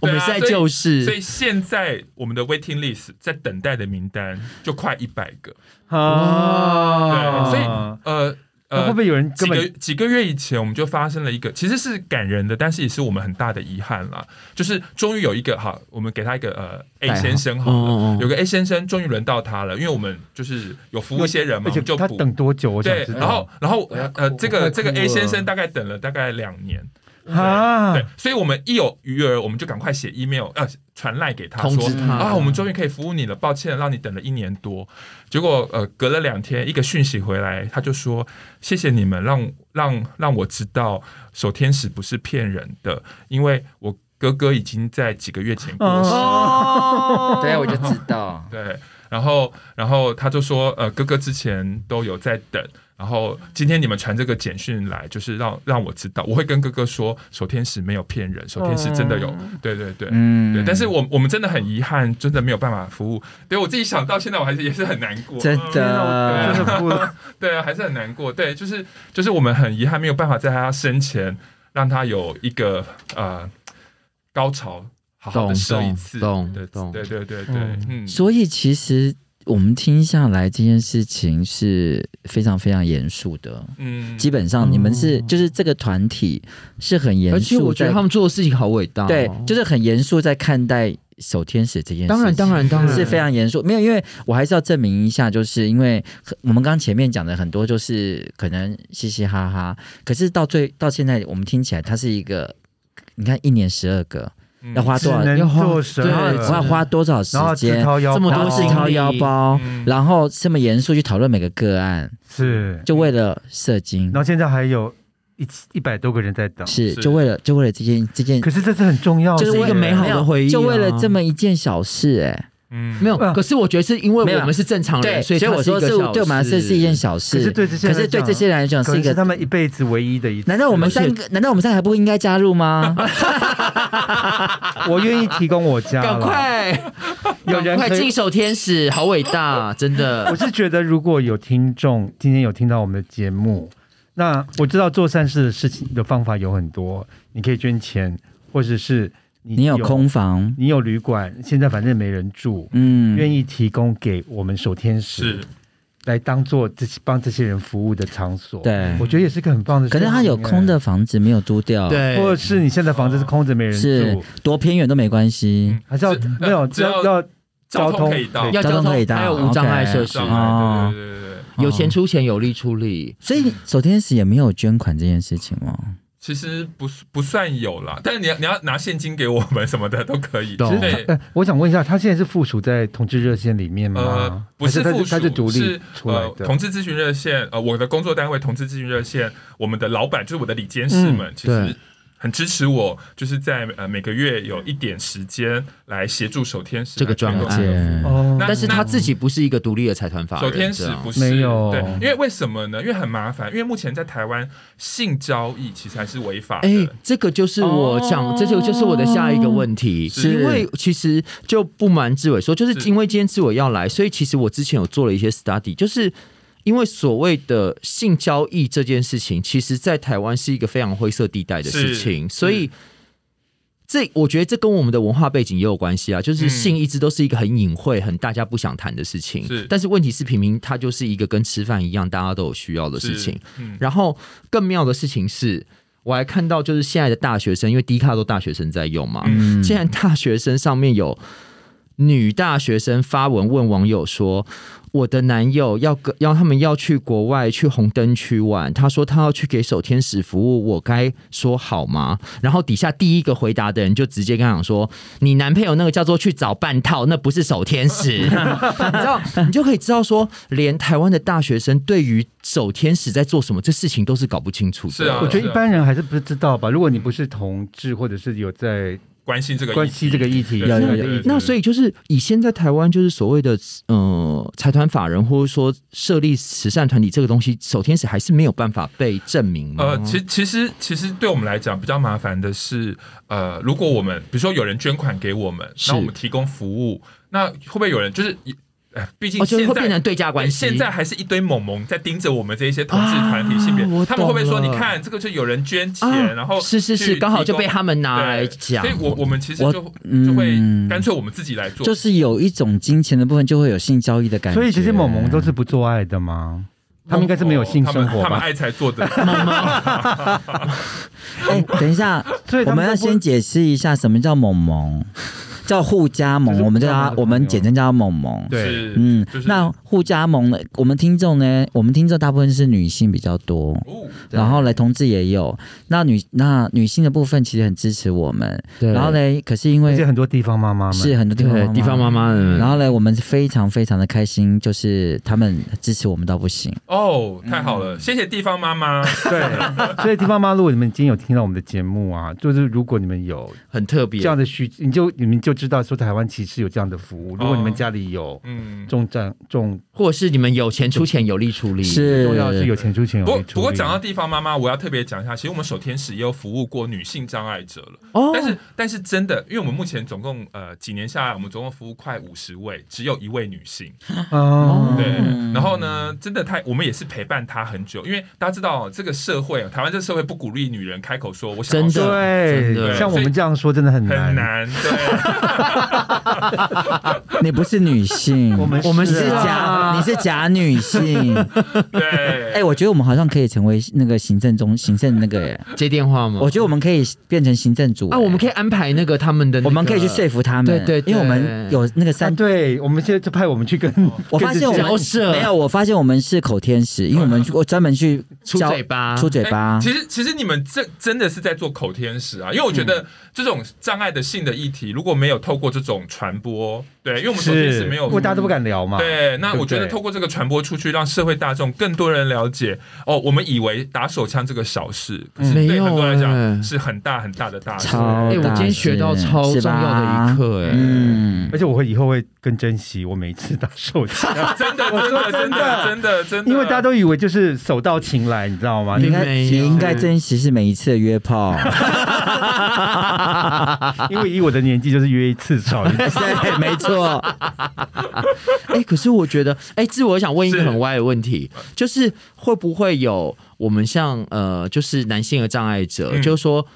Speaker 2: 我们是在救市，
Speaker 4: 所以现在我们的 waiting list 在等待的名单就快一百个。
Speaker 1: 啊，
Speaker 4: 对所以呃
Speaker 1: 那会
Speaker 4: 呃
Speaker 1: 不，会有人
Speaker 4: 几
Speaker 1: 根
Speaker 4: 个
Speaker 1: 本
Speaker 4: 几个月以前我们就发生了一个，其实是感人的，但是也是我们很大的遗憾啦。就是终于有一个哈，我们给他一个呃 A
Speaker 2: 代号
Speaker 4: 先生
Speaker 1: 哦
Speaker 4: 好了，
Speaker 2: 嗯嗯嗯
Speaker 4: 有个 A 先生终于轮到他了，因为我们就是有服务一些人嘛，
Speaker 1: 而
Speaker 4: 我
Speaker 1: 且
Speaker 4: 们就
Speaker 1: 他
Speaker 4: 补
Speaker 1: 等多久？我想
Speaker 4: 对，
Speaker 1: 知道
Speaker 4: 然后然后
Speaker 2: 要哭
Speaker 4: 呃，这
Speaker 2: 我
Speaker 4: 个
Speaker 2: 要
Speaker 4: 这个
Speaker 2: 哭
Speaker 4: A 先
Speaker 2: 了
Speaker 4: 生大概等了大概两年。
Speaker 1: 啊
Speaker 4: 对，，所以我们一有余额，我们就赶快写 email，呃，传赖给他
Speaker 2: 通
Speaker 4: 说
Speaker 2: 知他
Speaker 4: 啊，我们终于可以服务你了，抱歉让你等了一年多。结果呃，隔了两天，一个讯息回来，他就说谢谢你们让让让我知道守天使不是骗人的，因为我哥哥已经在几个月前过
Speaker 2: 嗯
Speaker 4: 世了。
Speaker 2: 哦
Speaker 3: 对，我就知道。
Speaker 4: 对，然后然后他就说，呃，哥哥之前都有在等，然后今天你们传这个简讯来，就是让让我知道，我会跟哥哥说，守天使没有骗人，守天使真的有，对对对。
Speaker 3: 嗯
Speaker 4: 对，但是我我们真的很遗憾，真的没有办法服务。对我自己想到现在，我还是也是很难过。
Speaker 3: 真
Speaker 4: 嗯
Speaker 1: 真
Speaker 3: 的
Speaker 1: 的哭了，
Speaker 4: 对啊，还是很难过。对，就是就是我们很遗憾，没有办法在他生前让他有一个呃高潮，好好的
Speaker 2: 懂
Speaker 4: 射一
Speaker 2: 懂
Speaker 4: 次。
Speaker 2: 懂
Speaker 4: 对
Speaker 2: 懂
Speaker 4: 对对对对
Speaker 1: 嗯，
Speaker 4: 嗯，
Speaker 3: 所以其实我们听下来这件事情是非常非常严肃的。
Speaker 4: 嗯，
Speaker 3: 基本上你们是、就是这个团体是很严
Speaker 2: 嗯
Speaker 3: 肃在，
Speaker 2: 而且我觉得他们做的事情好伟大、哦，
Speaker 3: 对，就是很严肃在看待守天使这件事情。
Speaker 2: 当然当然当然
Speaker 3: 是非常严肃，没有，因为我还是要证明一下，就是因为我们刚刚前面讲的很多，就是可能嘻嘻哈哈，可是到最到现在，我们听起来它是一个，你看一年十二个，
Speaker 4: 嗯
Speaker 3: 要花
Speaker 1: 只
Speaker 3: 多少？
Speaker 1: 能
Speaker 2: 花
Speaker 1: 做蛇，
Speaker 2: 对
Speaker 3: 我要花多少时
Speaker 1: 然后只
Speaker 3: 间？
Speaker 1: 掏腰包，
Speaker 2: 这么
Speaker 3: 然
Speaker 2: 多
Speaker 3: 后
Speaker 2: 事
Speaker 3: 是
Speaker 2: 情
Speaker 3: 掏腰包，
Speaker 4: 嗯
Speaker 3: 然后这么严肃去讨论每个个案，
Speaker 1: 是，
Speaker 3: 就为了射精
Speaker 1: 然，后现在还有一一百多个人在等，
Speaker 3: 是
Speaker 4: 是
Speaker 3: 就为了就为了这件这件
Speaker 1: 可是这是很重要的，
Speaker 3: 就是
Speaker 2: 一个美好的回忆啊
Speaker 3: 就为了这么一件小事、哎，
Speaker 4: 嗯
Speaker 2: 没有，
Speaker 1: 嗯
Speaker 2: 可是我觉得是因
Speaker 3: 没
Speaker 2: 为
Speaker 3: 有
Speaker 2: 我们是正常人，
Speaker 3: 所
Speaker 2: 以
Speaker 3: 以
Speaker 2: 它是
Speaker 3: 我
Speaker 2: 一
Speaker 3: 说
Speaker 2: 个
Speaker 3: 是
Speaker 2: 小
Speaker 3: 对我们来说是一件
Speaker 2: 事。
Speaker 3: 小事，
Speaker 1: 可是对这些人
Speaker 3: 可是对
Speaker 1: 来讲
Speaker 3: 这些人来讲
Speaker 1: 可
Speaker 3: 是一
Speaker 1: 能是他
Speaker 3: 个。
Speaker 1: 们一辈子唯一的一次。
Speaker 3: 难道我们三个？难道我们三个还不应该加入吗？
Speaker 1: 我愿意提供我家，
Speaker 2: 赶！快，
Speaker 1: 有人
Speaker 2: 赶快
Speaker 1: 可以
Speaker 2: 进手天使，好伟 大，真
Speaker 1: 我
Speaker 2: 的。
Speaker 1: 是觉得，如果有听众今天有听到我们的节目，那我知道做善事的事情的方法有很多，你可以捐钱，或者是你
Speaker 3: 你有，空房，
Speaker 1: 你有旅馆，现在反正没人住，
Speaker 3: 嗯，
Speaker 1: 愿意提供给我们守天使
Speaker 4: 是
Speaker 1: 来当做这些帮这些人服务的场所。，
Speaker 3: 对。
Speaker 1: 我觉得也是个很棒的事
Speaker 3: 可
Speaker 1: 情。
Speaker 3: 是他有空的房子没有租掉，，
Speaker 1: 哎，
Speaker 2: 对，
Speaker 1: 或者是你现在房子
Speaker 4: 哦
Speaker 1: 是空着没人
Speaker 3: 是
Speaker 1: 住，
Speaker 3: 多偏远都没关系。
Speaker 2: 嗯
Speaker 1: 还是要
Speaker 4: 只
Speaker 1: 没有
Speaker 4: 嗯呃只
Speaker 1: 要
Speaker 4: 要哦
Speaker 1: 要
Speaker 4: 交通可以到
Speaker 2: 要交
Speaker 3: 交通可以
Speaker 2: 通，
Speaker 3: 搭
Speaker 2: 还有无障碍
Speaker 3: OK
Speaker 2: 设施，
Speaker 4: 上
Speaker 3: 哦
Speaker 4: 海，对对对对
Speaker 1: 啊
Speaker 4: 对。
Speaker 2: 嗯有
Speaker 1: 嗯
Speaker 2: 钱出钱，有力出力。
Speaker 3: 所以守天使也没有捐款这件事情吗？
Speaker 4: 其实不不算有啦，但是你要你要拿现金给我们什么的都可以。
Speaker 2: 懂
Speaker 4: 对，
Speaker 1: 呃，我想问一下，他现在是附属在同志热线里面吗？
Speaker 4: 呃，不是
Speaker 1: 嗯啊还
Speaker 4: 附
Speaker 1: 他
Speaker 4: 属，
Speaker 1: 他是独立
Speaker 4: 是
Speaker 1: 出来
Speaker 4: 呃
Speaker 1: 的。
Speaker 4: 同志咨询热线，呃，我的工作单位同志咨询热线，我们的老板就是我的李监事们，其
Speaker 2: 对
Speaker 4: 实。很支持我，就是在呃每个月有一点时间来协助守天使
Speaker 2: 这个专
Speaker 4: 来
Speaker 2: 案
Speaker 4: 推广这个服务
Speaker 3: 嗯
Speaker 1: 哦，
Speaker 4: 那
Speaker 2: 但是他自己不是一个独立的财团法人，
Speaker 4: 守天使
Speaker 2: 这样
Speaker 4: 不是
Speaker 1: 没有
Speaker 4: 对，因为为什么呢？因为很麻烦，因为目前在台湾性交易其实还是违法的。
Speaker 2: 哎、这个就是我讲，这就就是我的下一个问题，
Speaker 4: 是
Speaker 2: 因为其实就不瞒志伟说，就是
Speaker 4: 是
Speaker 2: 因为今天志伟要来，所以其实我之前有做了一些 study，就是。因为所谓的性交易这件事情，其实在台湾是一个非常灰色地带的事情，
Speaker 4: 是
Speaker 2: 所以这我觉得这跟我们的文化背景也有关系啊。就是
Speaker 4: 嗯
Speaker 2: 性一直都是一个很隐晦、很大家不想谈的事情，
Speaker 4: 是
Speaker 2: 但是问题是，平民它就是一个跟吃饭一样，大家都有需要的事
Speaker 4: 是
Speaker 2: 情。，
Speaker 4: 嗯，
Speaker 2: 然后更妙的事情是，我还看到就是现在的大学生，因为低卡都大学生在用嘛，
Speaker 4: 嗯
Speaker 2: 现在大学生上面有女大学生发文问网友说。我的男友要跟要他们要去国外去红灯区玩，他说他要去给守天使服务，我该说好吗？然后底下第一个回答的人就直接跟他讲说，你男朋友那个叫做去找半套，那不是守天 使。 你知道，你就可以知道说，连台湾的大学生对于守天使在做什么，这事情都是搞不清楚的。
Speaker 4: 是啊
Speaker 1: 我觉得一般人还是不知道吧。如果你不是同志，或者是有在
Speaker 4: 关心这个
Speaker 1: 关
Speaker 4: 议题
Speaker 1: 系这个议题，
Speaker 4: 对
Speaker 1: 有有
Speaker 4: 对对
Speaker 1: 有
Speaker 4: 对
Speaker 1: 议题
Speaker 2: 那所以就是以现在台湾就是所谓的呃财团法人或者说设立慈善团体这个东西，守天使还是没有办法被证明吗？
Speaker 4: 呃，其其实其实对我们来讲比较麻烦的是，呃，如果我们比如说有人捐款给我们，
Speaker 2: 是
Speaker 4: 那我们提供服务，那会不会有人就是，呃，毕竟
Speaker 2: 哦，就
Speaker 4: 现
Speaker 2: 是
Speaker 4: 在
Speaker 2: 会变成对价关系。
Speaker 4: 现在还是一堆萌萌在盯着我们这一些同志团体
Speaker 2: 啊
Speaker 4: 性别，
Speaker 2: 我
Speaker 4: 他们会不会说
Speaker 2: 懂了
Speaker 4: 你看这个就有人捐钱，
Speaker 2: 啊
Speaker 4: 然后
Speaker 2: 是是
Speaker 4: 去
Speaker 2: 是，
Speaker 4: 提
Speaker 2: 刚好就被
Speaker 4: 供
Speaker 2: 他们拿
Speaker 4: 对
Speaker 2: 来讲。
Speaker 4: 所以我我们其实
Speaker 3: 我
Speaker 4: 就
Speaker 3: 嗯
Speaker 4: 就会干脆我们自己来做，
Speaker 3: 就是有一种金钱的部分就会有性交易的感觉。
Speaker 1: 所以这些萌萌都是不做爱的吗？他们应该是没有性生
Speaker 4: 他们
Speaker 1: 活
Speaker 4: 他们
Speaker 1: 吧？
Speaker 4: 爱才 做的，
Speaker 3: 哎，等一下，
Speaker 1: 所以
Speaker 3: 我
Speaker 1: 他
Speaker 3: 们要
Speaker 1: 都不
Speaker 3: 先解释一下什么叫萌 萌，叫互加
Speaker 1: 就是
Speaker 3: 盟，我们
Speaker 1: 互
Speaker 3: 叫
Speaker 1: 加盟的
Speaker 3: 它
Speaker 1: 朋友
Speaker 3: 我们简称叫它萌萌。
Speaker 1: 对
Speaker 4: 是
Speaker 3: 嗯，
Speaker 4: 就是
Speaker 3: 那互加盟呢？我们听众呢？我们听众大部分是女性比较多，
Speaker 4: 哦
Speaker 3: 然后来同志也有。那女那女性的部分其实很支持我们，
Speaker 2: 对
Speaker 3: 然后呢，可是因
Speaker 1: 而且
Speaker 3: 为
Speaker 1: 很多地方妈妈们嗯
Speaker 3: 是很多地方妈
Speaker 2: 对
Speaker 3: 妈
Speaker 2: 地方妈妈们，
Speaker 3: 然后呢，我们非常非常的开心，就是他们支持我们到不行。
Speaker 4: 哦，太好
Speaker 2: 嗯
Speaker 4: 了，谢谢地方妈妈，
Speaker 1: 对，所以地方妈，如果你们已经有听到我们的节目啊，就是如果你们有
Speaker 2: 很特别
Speaker 1: 这。样的需，你就你们就知道说台湾其实有这样的服务。如果你们家里有
Speaker 4: 嗯，
Speaker 1: 重障重们
Speaker 2: 或者是你们有钱出钱，有力出力，
Speaker 3: 是
Speaker 1: 都要是有钱出钱，有
Speaker 4: 不过
Speaker 1: 力出
Speaker 4: 不过
Speaker 1: 力
Speaker 4: 讲到地方妈妈，我要特别讲一下，其实我们守天使也有服务过女性障碍者了。
Speaker 2: 哦
Speaker 4: 但是但是真的，因为我们目前总共呃几年下来，我们总共服务快五十位，只有一位女性。
Speaker 1: 哦，
Speaker 4: 对，然后呢，真的太我们也是陪伴她很久，因为大家知道这个社会，台湾这个社会不鼓励女人开口说我想要
Speaker 2: 真的真的
Speaker 1: 对，像我们这样说真的很难，
Speaker 4: 很难，对，
Speaker 3: 你不是女性，
Speaker 1: 我们
Speaker 3: 我们
Speaker 1: 是
Speaker 3: 是
Speaker 1: 啊
Speaker 3: 假，你是假女性。
Speaker 4: 对
Speaker 3: 哎、我觉得我们好像可以成为那个行政中行政那个耶，
Speaker 2: 接电话吗？
Speaker 3: 我觉得我们可以变成行政组
Speaker 2: 啊，我们可
Speaker 3: 以，
Speaker 2: 以安排那个他们的那个，
Speaker 3: 我们可以去说服他们，
Speaker 2: 对对对
Speaker 3: 因为我们有那个
Speaker 1: 啊，
Speaker 3: 三。
Speaker 1: 对，我们现在就派我们去跟，
Speaker 4: 哦
Speaker 3: 我发现我
Speaker 2: 交
Speaker 3: 们
Speaker 2: 涉
Speaker 3: 没有，我发现我们是口天使，因为我们我专门去
Speaker 2: 出
Speaker 3: 教
Speaker 2: 嘴巴哎
Speaker 3: 出嘴巴。
Speaker 4: 哎其实其实你们这真的是在做口天使啊，因为我觉
Speaker 1: 嗯
Speaker 4: 得这种障碍的性的议题，如果没有透过这种传播，对，因为我们守天使
Speaker 1: 是，
Speaker 4: 没有
Speaker 1: 因为大家都不敢聊嘛，
Speaker 4: 对，那
Speaker 1: 对不
Speaker 4: 我觉得
Speaker 1: 对
Speaker 4: 透过这个传播出去，让社会大众更多人了解哦。我们以为打手枪这个小事，可是
Speaker 2: 嗯没
Speaker 4: 对
Speaker 2: 有
Speaker 4: 很多人来
Speaker 2: 哎
Speaker 4: 讲是很大很大的大事。
Speaker 3: 超
Speaker 2: 哎我今天学到超重要的一课哎
Speaker 3: 哎，嗯
Speaker 1: 而，且我会以后会更珍惜我每一次打手枪，
Speaker 4: 真的，真的，真的，真的，真的，
Speaker 1: 因为大家都以为就是手到擒来，你知道吗？
Speaker 3: 你应该
Speaker 2: 没有
Speaker 3: 你应该珍惜是每一次的 约炮，
Speaker 1: 因为以我的年纪，就是约一次少一次。
Speaker 3: 对，没错，
Speaker 2: 哎，可是我觉得，哎，志我想问一个
Speaker 4: 是嗯
Speaker 2: 很歪的问题，就是会不会有我们像呃，就是男性的障碍者，
Speaker 4: 嗯
Speaker 2: 就是说，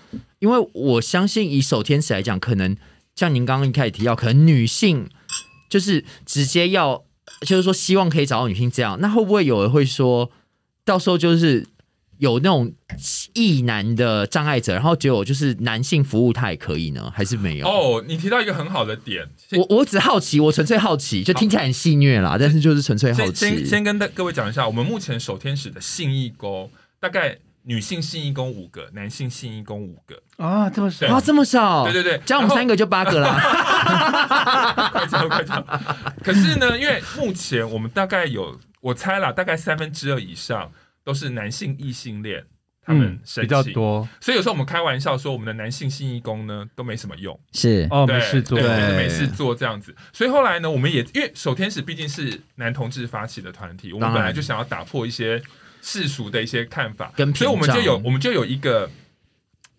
Speaker 2: 因为我相信以守天使来讲，可能像您刚刚一开始提到，可能女性就是直接要，就是说希望可以找到女性这样，那会不会有人会说，到时候就是有那种异男的障碍者，然后结果就是男性服务他也可以呢，还是没有？
Speaker 4: 哦，你提到一个很好的点，先
Speaker 2: 我我只好奇，我纯粹好奇，就听起来很戏谑啦，但是就是纯粹好
Speaker 4: 先先
Speaker 2: 奇。
Speaker 4: 先跟大各位讲一下，我们目前守天使的信义工大概。女性信义工五个，男性信义工五 个，
Speaker 1: 啊，这么少
Speaker 4: 对
Speaker 2: 啊，这么少？
Speaker 4: 对对对
Speaker 2: 加我们
Speaker 4: 然后
Speaker 2: 三个就八个 啦。
Speaker 4: 快讲快讲。可是呢，因为目前我们大概有，我猜啦，大概三分之二以上都是男性异性恋，他们
Speaker 1: 嗯
Speaker 4: 申
Speaker 1: 比
Speaker 4: 请、
Speaker 1: 较多
Speaker 4: 所以有时候我们开玩笑说，我们的男性性义工呢都没什么用，
Speaker 3: 是
Speaker 1: 哦，
Speaker 4: 对
Speaker 1: 没事做
Speaker 4: 对，
Speaker 2: 对
Speaker 4: 没事做这样子。所以后来呢，我们也因为守天使毕竟是男同志发起的团体，我
Speaker 2: 当
Speaker 4: 们
Speaker 2: 然
Speaker 4: 本来就想要打破一些世俗的一些看法
Speaker 2: 跟，
Speaker 4: 所以我们
Speaker 2: 屏
Speaker 4: 就
Speaker 2: 障
Speaker 4: 有我们就有一个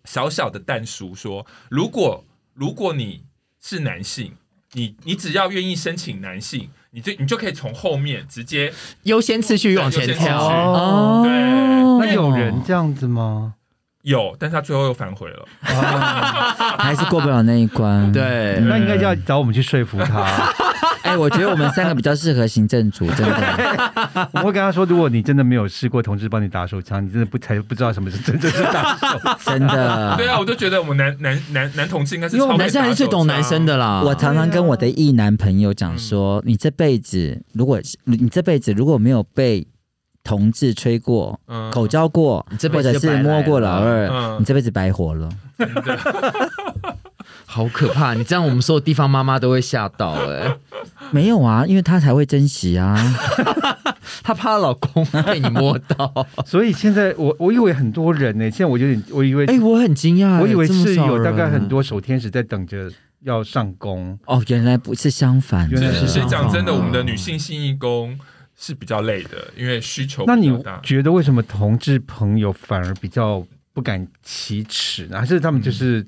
Speaker 4: 小小的弹书说，如果如果你是男性，你你只要愿意申请男性，你就你就可以从后面直接
Speaker 2: 优先次序往前
Speaker 4: 对优先次序
Speaker 2: 挑。
Speaker 1: 哦。
Speaker 4: 对。
Speaker 1: 那有 人这样子吗？
Speaker 4: 有，但是他最后又反悔了。
Speaker 3: 还是过不了那一关。，
Speaker 2: 对，
Speaker 1: 那应该就要找我们去说服 他。
Speaker 3: 哎、我觉得我们三个比较适合行政组，真的。
Speaker 1: 我会跟他说，如果你真的没有试过同志帮你打手枪，你真的不才不知道什么是真正是打 手。
Speaker 3: 真的。
Speaker 4: 对啊，我就觉得我们男男男男同志应该是
Speaker 2: 因为我
Speaker 4: 超
Speaker 2: 们男生还是最懂男生
Speaker 4: 的。
Speaker 2: 的啦。
Speaker 3: 我常常跟我的异男朋友讲说，你这辈子如果你这辈子如果没有被同志吹过、
Speaker 4: 嗯
Speaker 3: 口交过，
Speaker 2: 这辈
Speaker 3: 或
Speaker 2: 子
Speaker 3: 者
Speaker 2: 就白来
Speaker 3: 是摸过
Speaker 2: 了
Speaker 3: 老二，
Speaker 4: 嗯
Speaker 3: 你这辈子白活了。
Speaker 2: 好可怕！你这样，我们所有地方妈妈都会吓到哎，
Speaker 3: 没有啊，因为他才会珍惜啊。
Speaker 2: 她怕她老 公被你摸到。
Speaker 1: 所以现在我我以为很多人呢、现在我有点我以为
Speaker 2: 哎，我很惊讶，
Speaker 1: 我以为
Speaker 2: 这么
Speaker 1: 是
Speaker 2: 少
Speaker 1: 有大概
Speaker 2: 人
Speaker 1: 很。多守天使在等着要上工。
Speaker 3: 哦，原来不是相反
Speaker 1: 原来
Speaker 4: 是
Speaker 1: 是这
Speaker 4: 是
Speaker 3: 的
Speaker 1: 样。
Speaker 4: 讲真的，
Speaker 2: 哦
Speaker 4: 我们的女性性义工是比较累的，因为需求
Speaker 1: 那
Speaker 4: 比
Speaker 1: 你
Speaker 4: 较大。
Speaker 1: 觉得为什么同志朋友反而比较不敢启齿呢？还是他们就是
Speaker 4: 嗯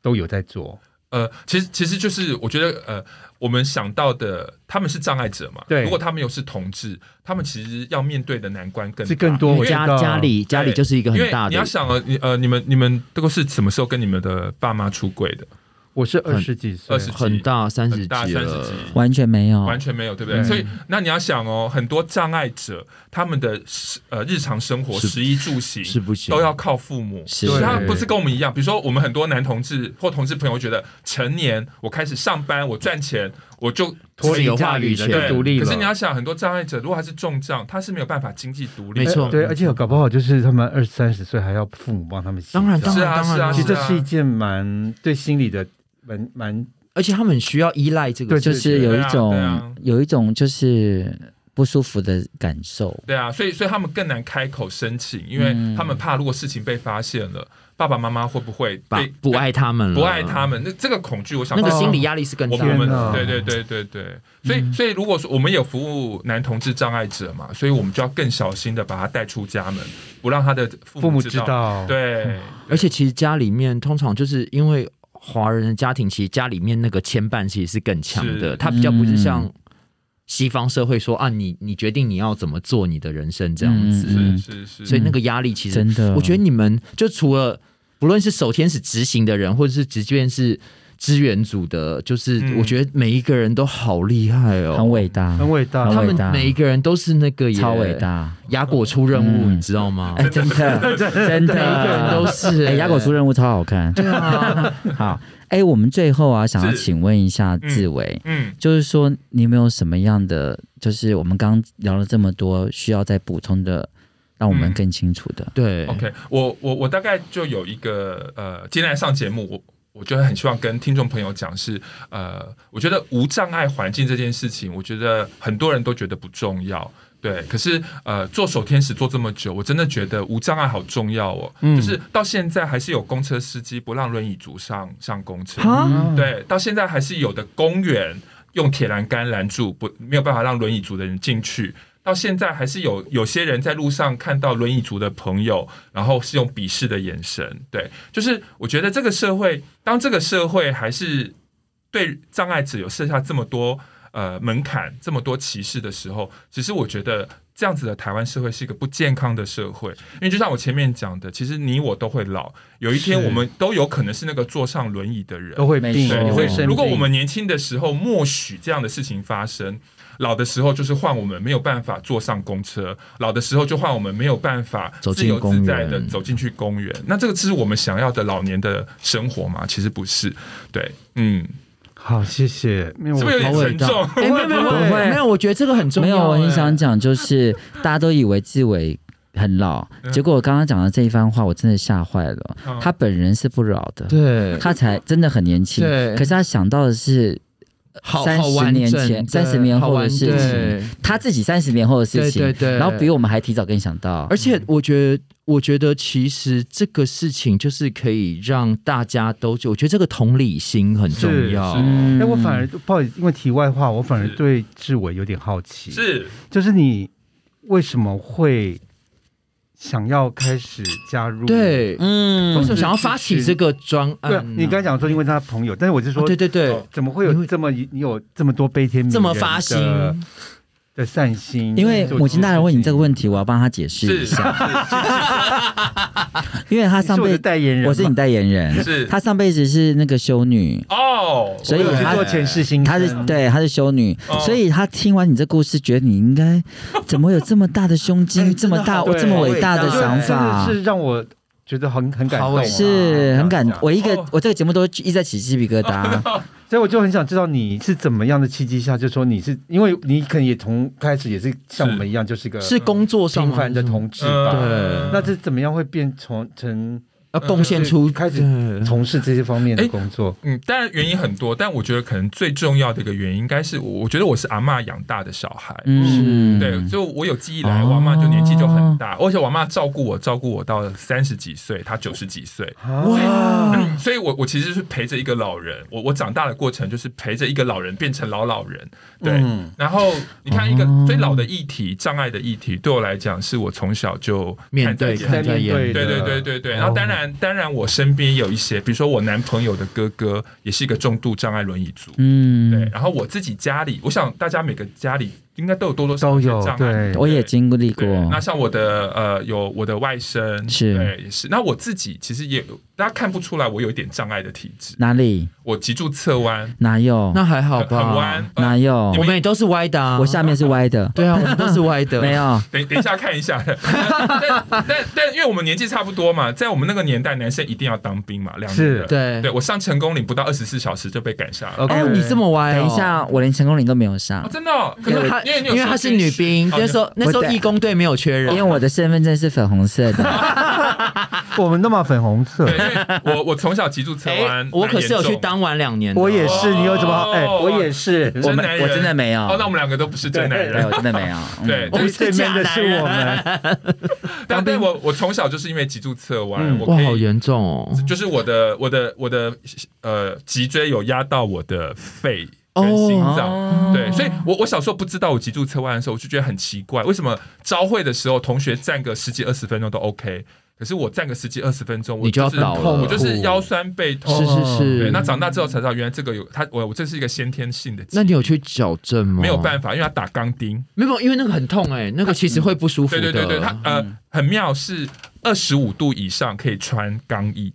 Speaker 1: 都有在做？
Speaker 4: 呃，其实其实就是我觉得呃，我们想到的他们是障碍者嘛，
Speaker 1: 对
Speaker 4: 如果他们又是同志，他们其实要面对的难关更大
Speaker 1: 是更多
Speaker 2: 因
Speaker 1: 我
Speaker 2: 为
Speaker 1: 知
Speaker 2: 家
Speaker 1: 道
Speaker 2: 家里家里就是一个
Speaker 4: 因
Speaker 2: 很
Speaker 4: 为
Speaker 2: 大
Speaker 4: 你要
Speaker 2: 的，
Speaker 4: 想啊，你呃，你们你们这个是什么时候跟你们的爸妈出柜的？
Speaker 1: 我是二十几岁，
Speaker 4: 20
Speaker 2: 很大三十
Speaker 4: 很大
Speaker 2: 几
Speaker 4: 三十
Speaker 2: 了
Speaker 4: 几，
Speaker 3: 完全没
Speaker 1: 哦
Speaker 3: 有，
Speaker 4: 完全没有，对不对？
Speaker 1: 对
Speaker 4: 所以那你要想哦，很多障碍者他们的食呃日常生活、
Speaker 2: 是
Speaker 4: 食衣住行
Speaker 2: 是不行
Speaker 4: 都要靠父母，
Speaker 3: 是
Speaker 4: 所以他们
Speaker 1: 对
Speaker 4: 不是跟我们一样。比如说，我们很多男同志或同志朋友觉得，成年我开始上班，我赚钱，我就
Speaker 1: 脱
Speaker 2: 自
Speaker 1: 离
Speaker 2: 由
Speaker 1: 家
Speaker 2: 话语
Speaker 1: 里
Speaker 2: 权
Speaker 1: 了，
Speaker 4: 对
Speaker 1: 就独立了。
Speaker 4: 可是你要想，很多障碍者如果他是重障，他是没有办法经济独立
Speaker 2: 没
Speaker 4: 的，
Speaker 2: 错
Speaker 1: 对，而且搞不好就是他们二三十岁还要父母帮他们洗澡。
Speaker 2: 当然当
Speaker 4: 是
Speaker 2: 然
Speaker 4: 啊
Speaker 2: 当然，
Speaker 1: 其实
Speaker 4: 是
Speaker 1: 这
Speaker 4: 啊
Speaker 1: 是一件蛮对心理的蛮蛮
Speaker 2: 而且他们需要依赖这个
Speaker 1: 对
Speaker 2: 社
Speaker 1: 对
Speaker 2: 群，
Speaker 3: 就是有一
Speaker 4: 对啊对啊
Speaker 3: 种有一种就是不舒服的感受。
Speaker 4: 对啊，所以所以他们更难开口申请，因为
Speaker 2: 嗯
Speaker 4: 他们怕如果事情被发现了，爸爸妈妈会不会
Speaker 2: 把
Speaker 4: 被
Speaker 2: 不爱他们了，
Speaker 4: 不爱他们？那这个恐惧，我想
Speaker 2: 那个
Speaker 4: 爸爸
Speaker 2: 心理压力是更
Speaker 4: 我
Speaker 2: 大
Speaker 1: 天
Speaker 4: 们
Speaker 1: 哪
Speaker 2: 的。
Speaker 4: 对对对对对，所以所以如果说我们有服务男同志障碍者嘛，所以我们就要更小心的把他带出家门，不让他的
Speaker 1: 父
Speaker 4: 父
Speaker 1: 母
Speaker 4: 母
Speaker 1: 知
Speaker 4: 知。
Speaker 1: 道，，
Speaker 4: 啊对，
Speaker 2: 而且其实家里面通常就是因为华人的家庭，其实家里面那个牵绊其实是更强的，
Speaker 4: 是
Speaker 2: 他比较不是
Speaker 3: 嗯
Speaker 2: 像西方社会说啊，你你决定你要怎么做你的人生这样子，
Speaker 4: 是
Speaker 3: 嗯
Speaker 4: 是是，
Speaker 2: 所以那个压力其实
Speaker 3: 真的，
Speaker 2: 我觉得你们就除了不论是守天使执行的人，或者是即便是支援组的，就是
Speaker 4: 嗯
Speaker 2: 我觉得每一个人都好厉害
Speaker 3: 很
Speaker 2: 哦，
Speaker 3: 伟大，
Speaker 1: 很伟大
Speaker 3: 很。
Speaker 2: 他
Speaker 3: 伟
Speaker 2: 们
Speaker 3: 大
Speaker 2: 每一个人都是那个耶
Speaker 3: 超伟，大。
Speaker 2: 雅果出任务，
Speaker 3: 嗯
Speaker 2: 你知道吗？
Speaker 3: 哎，真的，真的，
Speaker 2: 每一个人都是
Speaker 3: 哎，雅狗出任务超好看。
Speaker 2: 对啊，
Speaker 3: 好，哎，我们最后啊，想要
Speaker 4: 是
Speaker 3: 请问一下志伟，
Speaker 4: 嗯，
Speaker 3: 就是说，你有没有什么样的，就是我们刚聊了这么多，需要再补充的，让我们更清楚 的？
Speaker 2: 对
Speaker 4: OK，我我我大概就有一个呃，今天来上节目，我我觉得很希望跟听众朋友讲是，呃，我觉得无障碍环境这件事情，我觉得很多人都觉得不重要。对，可是呃，做守天使做这么久，我真的觉得无障碍好重要哦。
Speaker 1: 嗯
Speaker 4: 就是到现在还是有公车司机不让轮椅族上上公车，
Speaker 2: 哈，
Speaker 1: 嗯，
Speaker 4: 对，到现在还是有的公园用铁栏杆拦住，不没有办法让轮椅族的人进去。到现在还是有有些人在路上看到轮椅族的朋友，然后是用鄙视的眼神。对，就是我觉得这个社会，当这个社会还是对障碍者有设下这么多呃门槛、这么多歧视的时候，其实我觉得这样子的台湾社会是一个不健康的社会，因为就像我前面讲的，其实你我都会老，有一天
Speaker 1: 是
Speaker 4: 我们都有可能是那个坐上轮椅的人，
Speaker 1: 都会病，
Speaker 3: 对
Speaker 1: 也会
Speaker 3: 所以
Speaker 1: 生病。
Speaker 4: 如果我们年轻的时候默许这样的事情发生，老的时候就是换我们没有办法坐上公车，老的时候就换我们没有办法
Speaker 2: 走
Speaker 4: 自
Speaker 2: 进
Speaker 4: 由自在的
Speaker 2: 公园
Speaker 4: 走进去公园。那这个是我们想要的老年的生活吗？其实不是，对，嗯，
Speaker 1: 好，谢谢，因为
Speaker 4: 是不是有
Speaker 1: 我
Speaker 4: 点
Speaker 3: 好伟
Speaker 4: 沉
Speaker 3: 大
Speaker 4: 重？
Speaker 2: 哎，没有没有
Speaker 3: 不会
Speaker 2: 没有，我觉得这个很重
Speaker 3: 没
Speaker 2: 要。
Speaker 3: 有，我
Speaker 2: 哎
Speaker 3: 很想讲，就是 大家都以为志伟很老，
Speaker 4: 嗯
Speaker 3: 结果我刚刚讲的这一番话，我真的吓坏了。
Speaker 4: 嗯
Speaker 3: 他本人是不老的，
Speaker 2: 对，
Speaker 3: 他才真的很年轻。
Speaker 2: 对
Speaker 3: 可是他想到的是
Speaker 2: 好
Speaker 3: 30
Speaker 2: 好完
Speaker 3: 年
Speaker 2: 整
Speaker 3: 前
Speaker 2: 对
Speaker 3: 30年
Speaker 2: 好
Speaker 3: 后的
Speaker 2: 完
Speaker 3: 事情
Speaker 2: 对
Speaker 3: 他自己三十年后的事情，
Speaker 2: 对对对
Speaker 3: 然后比我们还提早更想到。
Speaker 2: 而且我觉得，我觉得其实这个事情就是可以让大家都，我觉得这个同理心很重要
Speaker 4: 是。
Speaker 3: 嗯
Speaker 1: 哎，我反而不好意思，因为题外话，我反而
Speaker 4: 是
Speaker 1: 对志伟有点好奇，
Speaker 4: 是
Speaker 1: 就是你为什么会想要开始加入？
Speaker 2: 对，
Speaker 3: 嗯
Speaker 2: 为什么想要发起这个专案
Speaker 1: 对
Speaker 2: 呢
Speaker 1: 啊，？你刚才讲说因为他朋友，但是我是说
Speaker 2: 啊，对对对，
Speaker 1: 怎么会
Speaker 2: 因
Speaker 1: 有
Speaker 2: 为
Speaker 1: 这么你有这么多悲天悯
Speaker 2: 这么
Speaker 1: 人
Speaker 2: 发
Speaker 1: 的呃
Speaker 2: 心，
Speaker 1: 的善心？
Speaker 3: 因为母亲大人问你这个问题，我要帮他解释
Speaker 4: 是
Speaker 3: 一
Speaker 4: 是
Speaker 3: 下， 因为他
Speaker 1: 他
Speaker 3: 上辈
Speaker 1: 代言人吗，
Speaker 3: 我是你代言人，
Speaker 4: 是
Speaker 3: 他上辈子是那个修女，
Speaker 4: 哦，
Speaker 3: 所以
Speaker 1: 我有去
Speaker 3: 他
Speaker 1: 做前世新生，
Speaker 3: 她是对，她是修女，
Speaker 4: 哦
Speaker 3: 所以她听完你这故事，觉得你应该怎么会有这么大的胸
Speaker 2: 哎
Speaker 3: 襟，这么大
Speaker 2: 真的好
Speaker 3: 这么伟大
Speaker 1: 我
Speaker 3: 的
Speaker 1: 就
Speaker 3: 想法
Speaker 1: 真的，是让我觉得很很感
Speaker 2: 好
Speaker 1: 动啊，
Speaker 2: 伟大
Speaker 3: 是很感
Speaker 2: 这样。
Speaker 3: 我一个
Speaker 4: 哦
Speaker 3: 我这个节目都一直在起鸡皮疙瘩，啊
Speaker 1: 所以我就很想知道你是怎么样的契机下，就说你是因为你可能也从开始也是像我们一样，就是个
Speaker 2: 是工作上
Speaker 1: 平
Speaker 2: 吗
Speaker 1: 凡的同志
Speaker 3: 嗯
Speaker 1: 吧。
Speaker 4: 呃
Speaker 1: 那这怎么样会变成成
Speaker 2: 要贡
Speaker 1: 呃
Speaker 2: 献出嗯
Speaker 1: 开始
Speaker 2: 对
Speaker 1: 从事这些方面的工作？
Speaker 4: 嗯，当然原因很多，但我觉得可能最重要的一个原因，应该是我我觉得我是阿嬷养大的小孩，
Speaker 3: 嗯，
Speaker 4: 对，就我有记忆来，我妈就年纪就很大，而且我妈照顾我，照顾我到三十几岁，她九十几岁，
Speaker 2: 哎
Speaker 1: 哇，
Speaker 4: 所以我我其实是陪着一个老人，我我长大的过程就是陪着一个老人变成老老人，对。
Speaker 1: 嗯
Speaker 4: 然后你看，一个最老的议题、障碍的议题，对我来讲，是我从小就
Speaker 2: 面
Speaker 4: 看在
Speaker 2: 对
Speaker 4: 眼里
Speaker 2: 看在
Speaker 1: 在面
Speaker 2: 眼里，
Speaker 1: 对
Speaker 4: 对对
Speaker 1: 的
Speaker 4: 对对对，然后当然当然，我身边有一些，比如说我男朋友的哥哥也是一个重度障碍轮椅族，对
Speaker 3: 嗯，，
Speaker 4: 然后我自己家里，我想大家每个家里应该都有多多少
Speaker 1: 都
Speaker 4: 少
Speaker 1: 有
Speaker 4: 的障碍，
Speaker 1: 对，
Speaker 3: 我也经历过
Speaker 4: 对，，那像我的呃，有我的外甥，
Speaker 3: 是
Speaker 4: 对，也是。那我自己其实也有，大家看不出来我有一点障碍的体质，
Speaker 3: 哪里
Speaker 4: 我脊柱侧弯，
Speaker 3: 哪有
Speaker 2: 那还好
Speaker 4: 很很
Speaker 2: 吧
Speaker 4: 弯？。呃
Speaker 3: 哪有
Speaker 2: 我，们也都是歪的啊，
Speaker 3: 我下面是歪的，
Speaker 2: 对啊，我们都是歪的，
Speaker 3: 没有，
Speaker 4: 等等一下看 一下，但但但因为我们年纪差不多嘛，在我们那个年代，男生一定要当兵嘛，两年
Speaker 1: 是
Speaker 4: 的
Speaker 2: 对
Speaker 4: 对我上成功岭不到二十四小时就被赶下来。
Speaker 1: OK
Speaker 2: 哦，你这么歪哦，
Speaker 3: 等一下，我连成功岭都没有
Speaker 4: 哎哦
Speaker 3: 上，
Speaker 4: 真的哦，可
Speaker 2: 因为
Speaker 4: 是
Speaker 2: 她
Speaker 4: 因为你有
Speaker 2: 因为
Speaker 4: 受
Speaker 2: 她是
Speaker 4: 训
Speaker 2: 女兵，
Speaker 4: 哦
Speaker 2: 那时候那时候
Speaker 3: 我的
Speaker 2: 哎义工队没有缺
Speaker 3: 因为
Speaker 2: 人，
Speaker 3: 我的身份证是粉红色的，
Speaker 1: 啊我们都嘛粉红色
Speaker 4: 对，，因为我我从小脊柱侧弯
Speaker 2: 哎，，我可是有
Speaker 4: 蛮严重
Speaker 2: 去当晚两年的哦，
Speaker 1: 我也是，你有什么？哎，
Speaker 4: 哦
Speaker 1: 我也是，
Speaker 3: 我们
Speaker 4: 真男人
Speaker 3: 我真的没有，
Speaker 4: 哦，那我们两个都不是真男
Speaker 3: 对
Speaker 4: 人
Speaker 3: 我。真的没 有，嗯
Speaker 4: 对
Speaker 1: 我
Speaker 4: 但
Speaker 1: 们
Speaker 4: 是
Speaker 1: 最 man 的是我们，
Speaker 4: 但
Speaker 1: 当兵
Speaker 4: 但我我从小就是因为脊柱侧弯，
Speaker 1: 嗯
Speaker 4: 我
Speaker 2: 哇，
Speaker 4: 可
Speaker 2: 好
Speaker 4: 以
Speaker 2: 严重哦！
Speaker 4: 就是我的我的我的呃脊椎有压到我的肺跟心脏。
Speaker 3: 哦
Speaker 4: 对，所以我我小时候不知道我脊柱侧弯的时候，我就觉得很奇怪，为什么朝会的时候同学站个十几二十分钟都 OK，可是我站个十几二十分钟，我
Speaker 2: 你就要
Speaker 4: 是
Speaker 2: 倒了哦
Speaker 4: 痛，我就是腰酸背痛。
Speaker 2: 是是
Speaker 4: 对，
Speaker 2: 是，
Speaker 4: 那长大之后才知道，原来这个有它，我我这是一个先天性的疾病。
Speaker 2: 那你有去矫正吗？
Speaker 4: 没有
Speaker 2: 法，
Speaker 4: 办法，因为他打钢钉。
Speaker 2: 没有，因为那个很痛哎，那个其实会不舒服
Speaker 4: 对
Speaker 2: 的。
Speaker 4: 对对对，他呃
Speaker 3: 嗯
Speaker 4: 很妙，是二十五度以上可以穿钢 衣，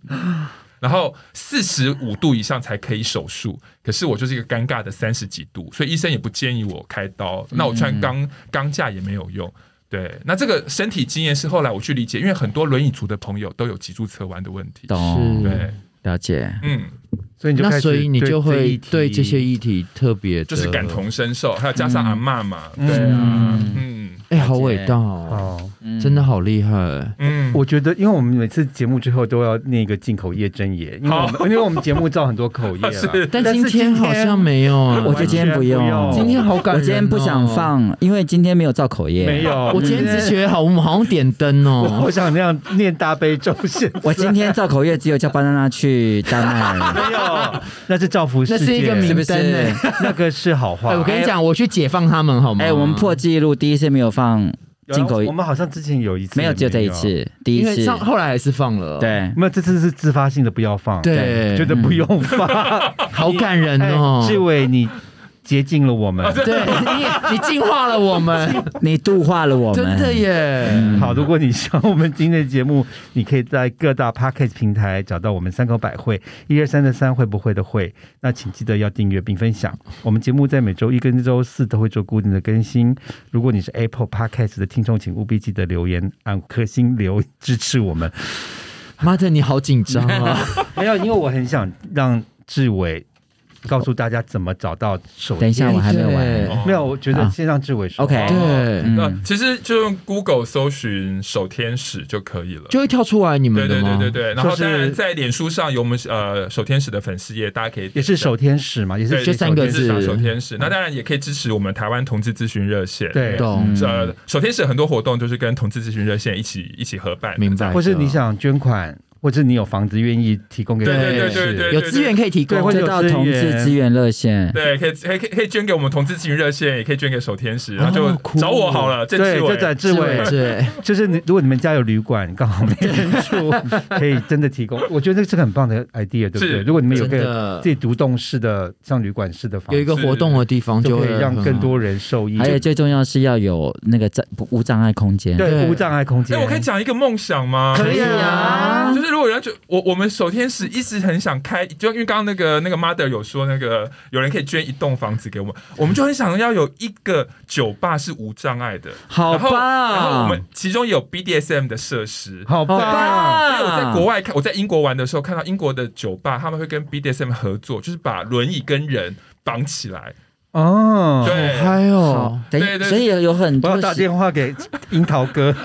Speaker 4: 然后四十五度以上才可以手术。可是我就是一个尴尬的三十几度，所以医生也不建议我开刀。那我
Speaker 1: 嗯
Speaker 4: 穿钢钢架也没有用。对，那这个身体经验是后来我去理解，因为很多轮椅族的朋友都有脊柱侧弯的问题。
Speaker 3: 懂
Speaker 2: 是
Speaker 4: 对，
Speaker 3: 了解，
Speaker 4: 嗯，
Speaker 1: 所以你就
Speaker 2: 那
Speaker 1: 开始
Speaker 2: 所以你
Speaker 1: 对
Speaker 2: 就
Speaker 1: 这
Speaker 2: 会
Speaker 1: 一题
Speaker 2: 对这些议题特别的
Speaker 4: 就是感。同身受，还有加上阿嬷嘛，
Speaker 1: 嗯
Speaker 4: 对啊，
Speaker 3: 嗯
Speaker 4: 嗯
Speaker 2: 哎，好伟大哦！
Speaker 1: 哦。
Speaker 3: 嗯
Speaker 2: 真的好厉害。
Speaker 4: 嗯，
Speaker 1: 我觉得，因为我们每次节目之后都要那个进口业真言，因为我们 因为我们节目造很多口业了，
Speaker 2: 但
Speaker 1: 但是
Speaker 2: 今
Speaker 1: 今天
Speaker 2: 天好像没有啊，
Speaker 3: 我觉得今天不用
Speaker 1: 完全不用
Speaker 2: 今天好感人哦
Speaker 3: 我今天不想放，因为今天没有造口业，
Speaker 1: 没有，
Speaker 2: 我今天只觉得好，我们好像点灯
Speaker 1: 我
Speaker 2: 哦
Speaker 1: 好。想那样念大悲咒，现在
Speaker 3: 我今天造口业只有叫巴娜娜去当 那
Speaker 1: 没有， 那哎是造福世界，
Speaker 2: 那是一个
Speaker 3: 是
Speaker 2: 名
Speaker 3: 不是？
Speaker 2: 单呢
Speaker 1: 那个是好话。
Speaker 2: 哎，我跟你讲，我去解放他们好吗？
Speaker 3: 哎，我们破纪录，第一次没有放
Speaker 1: 有啊
Speaker 3: 进口
Speaker 1: 我们好像之前有一次
Speaker 3: 没有，只有这一，次，第一
Speaker 2: 因为
Speaker 3: 次
Speaker 2: 上，
Speaker 4: 哦
Speaker 2: 后来还是放了，，
Speaker 3: 对，
Speaker 1: 没有这次是自发性的，不要放，
Speaker 2: 对
Speaker 1: 觉得不用 放。
Speaker 2: 好感人
Speaker 1: 哎
Speaker 2: 哦。
Speaker 1: 志伟，你接近了我们。
Speaker 2: 对你，你净化了我们，
Speaker 3: 你度化了我们，
Speaker 2: 真的耶！
Speaker 1: 好，如果你喜欢我们今天的节目，你可以在各大 podcast 平台找到我们三口百会一二三的三会不会的会。那请记得要订阅并分享。我们节目在每周一跟周四都会做固定的更新。如果你是 Apple podcast 的听众，请务必记得留言按颗星留支持我们。
Speaker 2: 妈的，你好紧张啊！
Speaker 1: 没有，因为我很想让志伟告诉大家怎么找到手机。
Speaker 3: 等一下我还没有
Speaker 2: 对
Speaker 3: 完
Speaker 4: 哦
Speaker 1: 没有，我觉得
Speaker 3: 啊
Speaker 1: 先让志伟说。
Speaker 3: ，OK，
Speaker 2: 对，
Speaker 3: 嗯
Speaker 4: 那其实就用 Google 搜寻“手天使”就可以了。
Speaker 2: 就会跳出来你
Speaker 4: 对
Speaker 2: 们的
Speaker 4: 对
Speaker 2: 吗？
Speaker 4: 对对对，然后
Speaker 1: 就是
Speaker 4: 当然在脸书上有我们呃手天使的粉丝页，大家可以
Speaker 1: 也是手天使嘛，也是
Speaker 4: 对就
Speaker 2: 三个字嗯
Speaker 1: 手天使
Speaker 4: 手天使。那当然也可以支持我们台湾同志咨询热线。
Speaker 1: 对
Speaker 2: 懂，
Speaker 4: 是，呃，手天使很多活动就是跟同志咨询热线一起一起合办。
Speaker 2: 明白。
Speaker 1: 或是你想捐款，或是你有房子愿意提供给
Speaker 4: 对对
Speaker 1: 手
Speaker 4: 对
Speaker 1: 天
Speaker 4: 对
Speaker 1: 使
Speaker 4: 对对
Speaker 2: 有资源可以提
Speaker 1: 对
Speaker 2: 供
Speaker 1: 或者，
Speaker 3: 就到同志资源热线，
Speaker 4: 对，可以可以可以可以捐给我们同志咨询热线，也可以捐给手天使，然后
Speaker 2: 哦
Speaker 4: 就
Speaker 2: 酷
Speaker 4: 找我好了，郑
Speaker 1: 对，
Speaker 4: 志
Speaker 1: 就
Speaker 4: 伟。
Speaker 1: 在志伟，
Speaker 2: 对，
Speaker 1: 就是你，如果你们家有旅馆，刚好没人住，可以真的提供，我觉得这是个很棒的 idea，对不对？
Speaker 4: 是
Speaker 1: 如果你们有
Speaker 2: 真
Speaker 1: 个
Speaker 2: 的
Speaker 1: 自己独栋式的，像旅馆式的房
Speaker 2: 有一
Speaker 1: 子，
Speaker 2: 个活动的地方
Speaker 1: 就
Speaker 2: 会
Speaker 1: 可以让
Speaker 2: 很好
Speaker 1: 更。多人受益，
Speaker 3: 还有最重要是要有那个障不无障碍空间，
Speaker 1: 对
Speaker 2: 对
Speaker 1: 无障碍空间。
Speaker 4: 哎，我可以讲一个梦想吗？
Speaker 2: 可以啊
Speaker 4: 就是如果有人觉我我们守天使一直很想开，就因为刚刚那个那个 mother 有说那个有人可以捐一栋房子给我们，我们就很想要有一个酒吧是无障碍的，
Speaker 3: 好
Speaker 4: 然后然后我
Speaker 3: 棒
Speaker 4: 们，其中有 BDSM 的设施。
Speaker 1: 好
Speaker 3: 好
Speaker 1: 棒！
Speaker 4: 因哎为我在国
Speaker 3: 棒，
Speaker 4: 外看，我在英国玩的时候，看到英国的酒吧，他们会跟 BDSM 合作，就是把轮椅跟人绑起来。
Speaker 1: 哦，
Speaker 4: 对，
Speaker 2: 嗨
Speaker 3: 好
Speaker 2: 哦，，
Speaker 3: 等
Speaker 4: 对
Speaker 3: 于
Speaker 4: 对
Speaker 3: 所以有有很
Speaker 1: 我
Speaker 3: 多
Speaker 1: 要打电话给樱桃哥。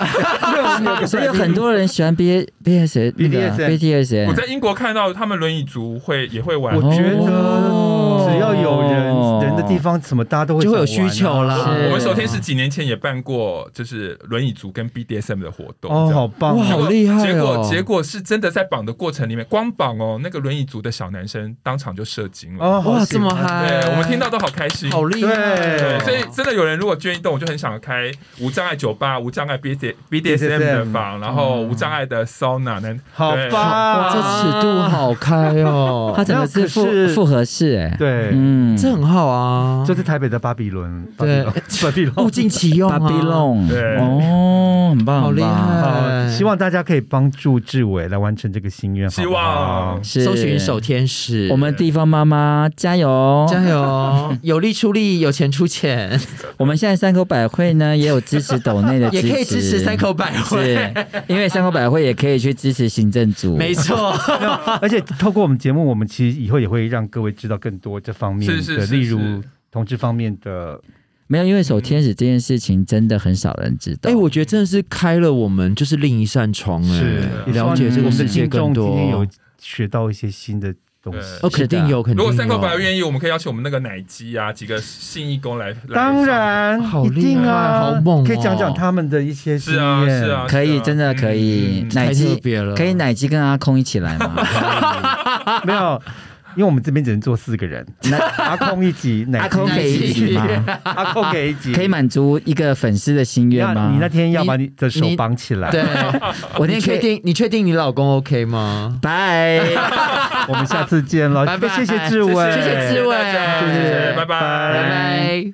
Speaker 3: 所以有很多人喜欢 B B S
Speaker 1: BDSM
Speaker 3: B T S
Speaker 4: 我
Speaker 3: N，
Speaker 4: 在英国看到他们轮椅族会也会玩
Speaker 1: 我，觉得
Speaker 3: 哦
Speaker 1: 只要有人、人的地方，什么大家都会、啊
Speaker 2: 就会有需求。啦。
Speaker 3: 是
Speaker 4: 我们首天是几年前也办过，就是轮椅族跟 BDSM 的活动。
Speaker 1: 哦，
Speaker 4: 这样
Speaker 1: 好棒
Speaker 2: 哇
Speaker 1: 哦！
Speaker 4: 结果
Speaker 2: 好厉害哦
Speaker 4: 结果结果是真的在绑的过程里面，光绑哦，那个轮椅族的小男生当场就射精了。
Speaker 1: 哦，好
Speaker 2: 哇，
Speaker 1: 喜
Speaker 2: 这
Speaker 1: 欢
Speaker 2: 么，嗨
Speaker 4: 对，，我们听到都好开心。
Speaker 2: 好厉害
Speaker 4: 对
Speaker 2: 哦，，
Speaker 4: 所以真的有人如果捐一栋，我就很想开无障碍酒吧、无障碍 B D B D S M 的房，然后无障碍的 sauna 能
Speaker 1: 好
Speaker 4: 对
Speaker 1: 棒！
Speaker 2: 这尺度好开 哦，
Speaker 3: 它整个
Speaker 1: 没有
Speaker 3: 是
Speaker 1: 可是
Speaker 3: 复复合式，哎，
Speaker 1: 对，
Speaker 3: 嗯，
Speaker 2: 这很好啊，
Speaker 1: 这是台北的巴比伦，巴比
Speaker 2: 对
Speaker 1: 伦， 巴比
Speaker 2: 物
Speaker 1: 伦。
Speaker 2: 尽其用啊，
Speaker 3: 芭比弄，
Speaker 4: 对
Speaker 3: 哦，很棒，
Speaker 2: 好厉
Speaker 3: 很棒
Speaker 1: 哦
Speaker 2: 害，
Speaker 1: 希望大家可以帮助志伟来完成这个心愿，
Speaker 4: 希
Speaker 1: 好不好
Speaker 4: 望
Speaker 3: 是
Speaker 2: 搜寻守天使，
Speaker 3: 我们地方妈妈加油！
Speaker 2: 加 油，哦有力出力，有钱出钱，
Speaker 3: 我们现在三口百惠呢也有支持抖内的
Speaker 2: 也
Speaker 3: 支持，
Speaker 2: 可以支持三口百惠，
Speaker 3: 是，因为三口百惠也可以去支持行政组，
Speaker 2: 没错，
Speaker 1: 没有 而且透过我们节目，我们其实以后也会让各位知道更多这方面的，
Speaker 4: 是是是
Speaker 1: 例如
Speaker 4: 是
Speaker 1: 同志方面的
Speaker 3: 没有，因为守天
Speaker 1: 嗯
Speaker 3: 使这件事情真的很少人知 道。
Speaker 2: 哎、我觉得真的是开了我们就是另一扇窗、哎，
Speaker 1: 也希
Speaker 2: 了
Speaker 1: 望
Speaker 2: 解这
Speaker 1: 我
Speaker 2: 个
Speaker 1: 们的
Speaker 2: 世界
Speaker 1: 听众
Speaker 2: 更
Speaker 1: 今天
Speaker 2: 多
Speaker 1: 有。学到一些新的东西。
Speaker 2: 哦，肯定有，肯定有。
Speaker 4: 如果三口宝愿意，我们可以邀请我们那个奶鸡啊，几个信义工来。来
Speaker 1: 当然，
Speaker 2: 好
Speaker 1: 一
Speaker 2: 厉
Speaker 1: 定啊，
Speaker 2: 害好猛哦
Speaker 1: 可以讲讲他们的一些经
Speaker 4: 是啊
Speaker 1: 验。
Speaker 4: 是啊
Speaker 3: 可以，真的可以，
Speaker 4: 嗯
Speaker 3: 奶
Speaker 2: 太
Speaker 3: 鸡
Speaker 2: 特别了
Speaker 3: 可
Speaker 1: 呃
Speaker 3: 以奶鸡跟阿空一起 来吗？
Speaker 1: 没有，因为我们这边只能坐四个人，那阿空一集，奶
Speaker 3: 阿空
Speaker 1: 奶
Speaker 3: 可以一起吗？
Speaker 1: 阿空给一集，
Speaker 3: 可以满足一个粉丝的心愿
Speaker 1: 那
Speaker 3: 吗？
Speaker 1: 你那天要把你的手
Speaker 2: 你
Speaker 1: 绑起来，
Speaker 2: 对，
Speaker 3: 我那
Speaker 2: 你
Speaker 3: 天可
Speaker 2: 确
Speaker 3: 以。
Speaker 2: 定？你确定你老公 OK 吗？
Speaker 3: 拜
Speaker 1: 我们下次见了，
Speaker 2: 拜拜
Speaker 1: 谢谢志伟，
Speaker 2: 谢谢志伟
Speaker 4: 谢谢大家
Speaker 1: 谢谢
Speaker 4: 拜拜
Speaker 1: 拜
Speaker 2: 拜拜。